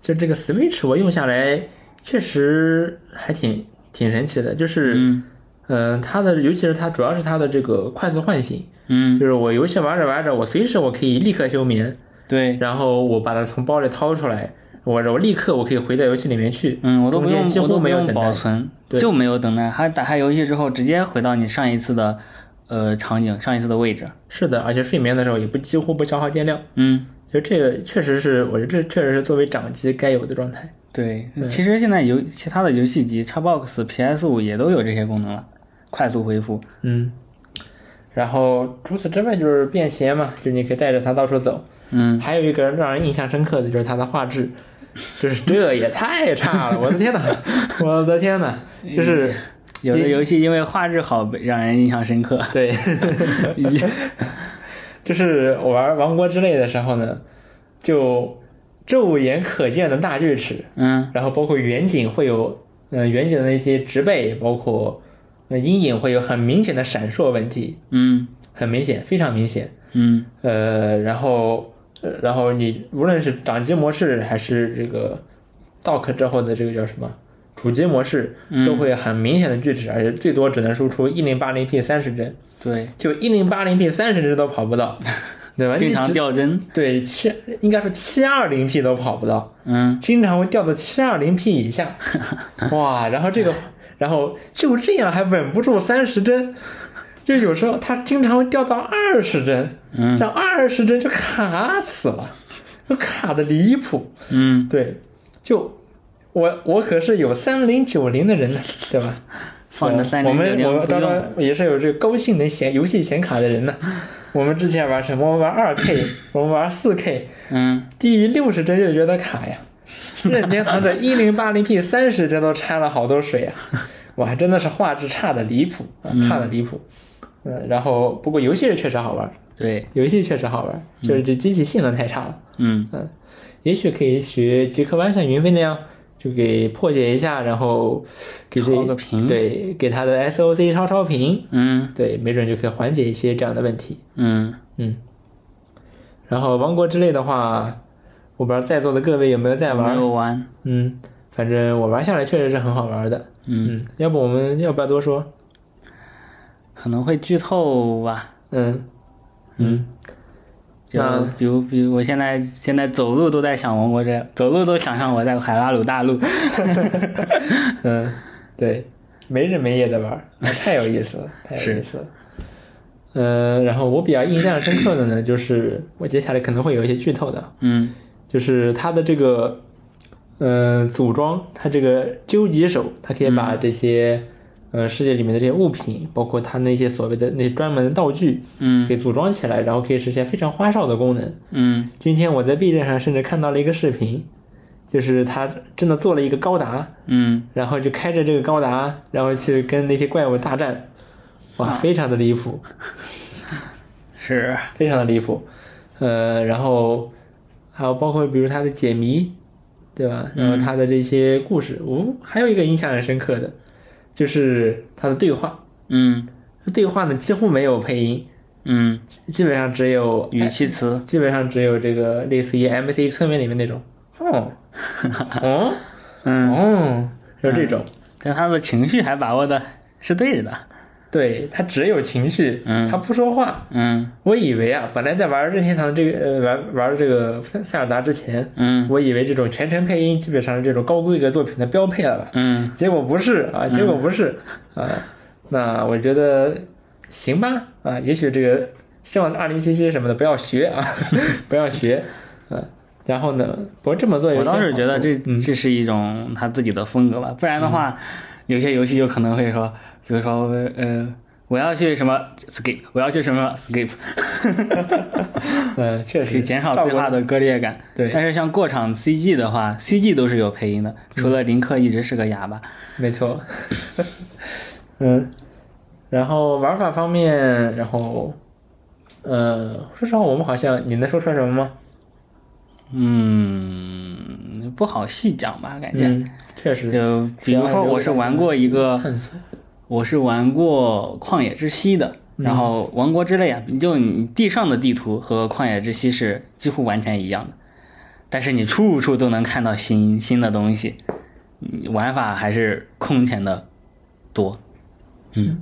Speaker 1: 就这个 Switch 我用下来确实还挺挺神奇的，就是
Speaker 2: 嗯
Speaker 1: 嗯、呃它的尤其是它主要是它的这个快速唤醒，
Speaker 2: 嗯，
Speaker 1: 就是我游戏玩着玩着，我随时我可以立刻休眠，
Speaker 2: 对，
Speaker 1: 然后我把它从包里掏出来，我我立刻我可以回到游戏里面去，
Speaker 2: 嗯，我都不
Speaker 1: 中
Speaker 2: 用
Speaker 1: 间几，
Speaker 2: 我都
Speaker 1: 乎
Speaker 2: 不
Speaker 1: 没有
Speaker 2: 用
Speaker 1: 等
Speaker 2: 保
Speaker 1: 待，
Speaker 2: 存，
Speaker 1: 对
Speaker 2: 就没有等待，它打开游戏之后直接回到你上一次的呃场景，上一次的位置。
Speaker 1: 是的，而且睡眠的时候也不几乎不消耗电量，
Speaker 2: 嗯，
Speaker 1: 就这个确实是我觉得这确实是作为掌机该有的状态。
Speaker 2: 对，其实现在游其他的游戏机，Xbox、PS 五也都有这些功能了，快速恢复。
Speaker 1: 嗯，然后除此之外就是便携嘛，就是你可以带着它到处走。
Speaker 2: 嗯，
Speaker 1: 还有一个让人印象深刻的就是它的画质，就是这也太差了，我的天呐，我的天呐，就是
Speaker 2: 有的游戏因为画质好，被让人印象深 刻。嗯
Speaker 1: 对，就是我玩《王国之泪》的时候呢，就肉眼可见的大锯齿，
Speaker 2: 嗯
Speaker 1: 然后包括远景会有，呃，远景的那些植被，包括呃阴影会有很明显的闪烁问题，
Speaker 2: 嗯
Speaker 1: 很明显，非常明显。
Speaker 2: 嗯
Speaker 1: 呃，然后，呃然后你无论是掌机模式还是这个 dock 之后的这个叫什么主机模式，
Speaker 2: 嗯
Speaker 1: 都会很明显的锯齿，而且最多只能输出一零八零 P 三十帧，
Speaker 2: 对，
Speaker 1: 就一零八零 P 三十帧都跑不到，对吧？
Speaker 2: 经
Speaker 1: 你
Speaker 2: 常
Speaker 1: 只
Speaker 2: 掉帧。
Speaker 1: 对七应该说七二零 P 都跑不到，
Speaker 2: 嗯
Speaker 1: 经常会掉到七二零 P 以 下，哇！然后这个，然后就这样还稳不住三十帧，就有时候它经常会掉到二十帧，
Speaker 2: 嗯
Speaker 1: 那二十帧就卡死了，就卡的离谱。
Speaker 2: 嗯，
Speaker 1: 对，就我我可是有三零九零的人呢，对吧？
Speaker 2: 放着哦三
Speaker 1: 我
Speaker 2: 零
Speaker 1: 们我们
Speaker 2: 不
Speaker 1: 当
Speaker 2: 用
Speaker 1: 然也是有这个高性能显游戏显卡的人呢。我们之前玩什么？我们玩二 K，我们玩四 K，
Speaker 2: 嗯，
Speaker 1: 低于六十帧就觉得卡 呀。任天堂这一零八零 P 三十帧都掺了好多水啊！哇，真的是画质差的离谱，啊差的离谱。嗯，然后不过游戏是确实好玩，
Speaker 2: 对，
Speaker 1: 游戏确实好玩，就是这机器性能太差了。
Speaker 2: 嗯
Speaker 1: 嗯，也许可以学极客湾像云飞那样，就给破解一下，然后给这
Speaker 2: 超个屏
Speaker 1: 对，给它的 SOC 超超屏，
Speaker 2: 嗯
Speaker 1: 对，没准就可以缓解一些这样的问题。
Speaker 2: 嗯，
Speaker 1: 嗯，然后王国之泪的话，我不知道在座的各位有没有在
Speaker 2: 没
Speaker 1: 玩
Speaker 2: 有。玩。
Speaker 1: 嗯，反正我玩下来确实是很好玩的。
Speaker 2: 嗯，
Speaker 1: 嗯，要不我们要不要多说？
Speaker 2: 可能会剧透吧。
Speaker 1: 嗯嗯，
Speaker 2: 就
Speaker 1: 那
Speaker 2: 比如，比如我现在现在走路都在想王国这，走路都想象我在海拉鲁大陆。
Speaker 1: 嗯，对，没日没夜的玩儿，太有意思 了，太有意思了。嗯、然后我比较印象深刻的呢，就是我接下来可能会有一些剧透的，
Speaker 2: 嗯
Speaker 1: 就是它的这个，嗯，组装，它这个究极手，它可以把这些，呃，世界里面的这些物品，包括它那些所谓的那些专门的道具，
Speaker 2: 嗯
Speaker 1: 给组装起来，然后可以实现非常花哨的功能。
Speaker 2: 嗯
Speaker 1: 今天我在 B 站上甚至看到了一个视频，就是他真的做了一个高达，
Speaker 2: 嗯，
Speaker 1: 然后就开着这个高达，然后去跟那些怪物大战，哇，非常的离谱，
Speaker 2: 是，
Speaker 1: 非常的离谱。呃，然后还有包括比如它的解谜，对吧？然后它的这些故事，我、还有一个印象很深刻的，就是它的对话，
Speaker 2: 嗯
Speaker 1: 对话呢几乎没有配音，
Speaker 2: 嗯，
Speaker 1: 基基本上只有
Speaker 2: 语气词，
Speaker 1: 基本上只有这个类似于 MC 村民里面那种，哦，哦，
Speaker 2: 嗯，
Speaker 1: 哦，就是这种。
Speaker 2: 但他的情绪还把握的是对的。
Speaker 1: 对他只有情绪，
Speaker 2: 嗯
Speaker 1: 他不说话。
Speaker 2: 嗯
Speaker 1: 我以为啊，本来在玩任天堂这个呃玩玩这个塞塞尔达之前，
Speaker 2: 嗯
Speaker 1: 我以为这种全程配音基本上是这种高规格作品的标配了吧？
Speaker 2: 嗯
Speaker 1: 结果不是啊，结果不是、啊。那我觉得行吧啊，也许这个希望二零七七什么的不要学啊， 不要学啊。然后呢，不过这么做有
Speaker 2: 我
Speaker 1: 一些
Speaker 2: 倒是
Speaker 1: 好
Speaker 2: 觉得
Speaker 1: 处
Speaker 2: 这、
Speaker 1: 嗯
Speaker 2: 这是一种他自己的风格吧，不然的话，有些游戏就可能会说，比如说呃，我要去什么 skip，我要去什么 skip，
Speaker 1: 嗯确
Speaker 2: 可以
Speaker 1: 实
Speaker 2: 减少
Speaker 1: 照
Speaker 2: 对
Speaker 1: 顾
Speaker 2: 话的割裂感。
Speaker 1: 对
Speaker 2: 但是像过场 CG 的话，CG 都是有配音的，除
Speaker 1: 嗯
Speaker 2: 了林克一直是个哑巴。
Speaker 1: 没错， 嗯，然后玩法方面，然后，呃，说实话，我们好像你能说出来什么吗？
Speaker 2: 嗯，不好细讲吧，感觉。
Speaker 1: 嗯，确实，
Speaker 2: 就比如说，我是玩
Speaker 1: 嗯
Speaker 2: 过一个，
Speaker 1: 探索，
Speaker 2: 我是玩过《旷野之息》的，
Speaker 1: 嗯
Speaker 2: 然后《王国之泪》啊，就你地上的地图和《旷野之息》是几乎完全一样的，但是你处处都能看到新新的东西，嗯玩法还是空前的多。嗯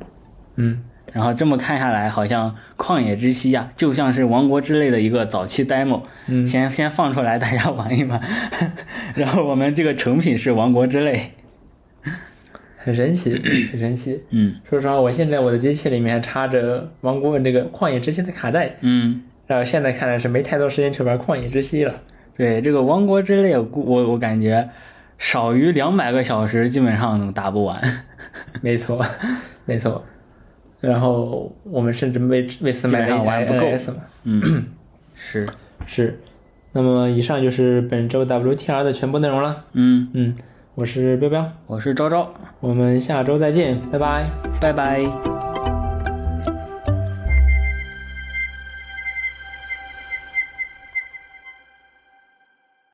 Speaker 1: 嗯，
Speaker 2: 然后这么看下来，好像《旷野之息》啊，就像是《王国》之类的一个早期 demo，、
Speaker 1: 嗯
Speaker 2: 先先放出来大家玩一玩， 然后我们这个成品是《王国》之泪。
Speaker 1: 很神 奇，很神奇。
Speaker 2: 嗯
Speaker 1: 说实话，我现在我的机器里面还插着《王国》这个《旷野之息》的卡带，
Speaker 2: 嗯，
Speaker 1: 然后现在看来是没太多时间去玩《旷野之息》了。
Speaker 2: 对这个《王国之泪》，我估我我感觉少于两百个小时基本上能打不完，
Speaker 1: 没错， 没错。然后我们甚至为为此买了一台
Speaker 2: 基本上玩不够
Speaker 1: NS 嘛。
Speaker 2: 嗯，是，
Speaker 1: 是。那么以上就是本周 WTR 的全部内容了。
Speaker 2: 嗯，
Speaker 1: 嗯，我是彪彪，
Speaker 2: 我是昭昭，
Speaker 1: 我们下周再见，拜拜。
Speaker 2: 拜拜。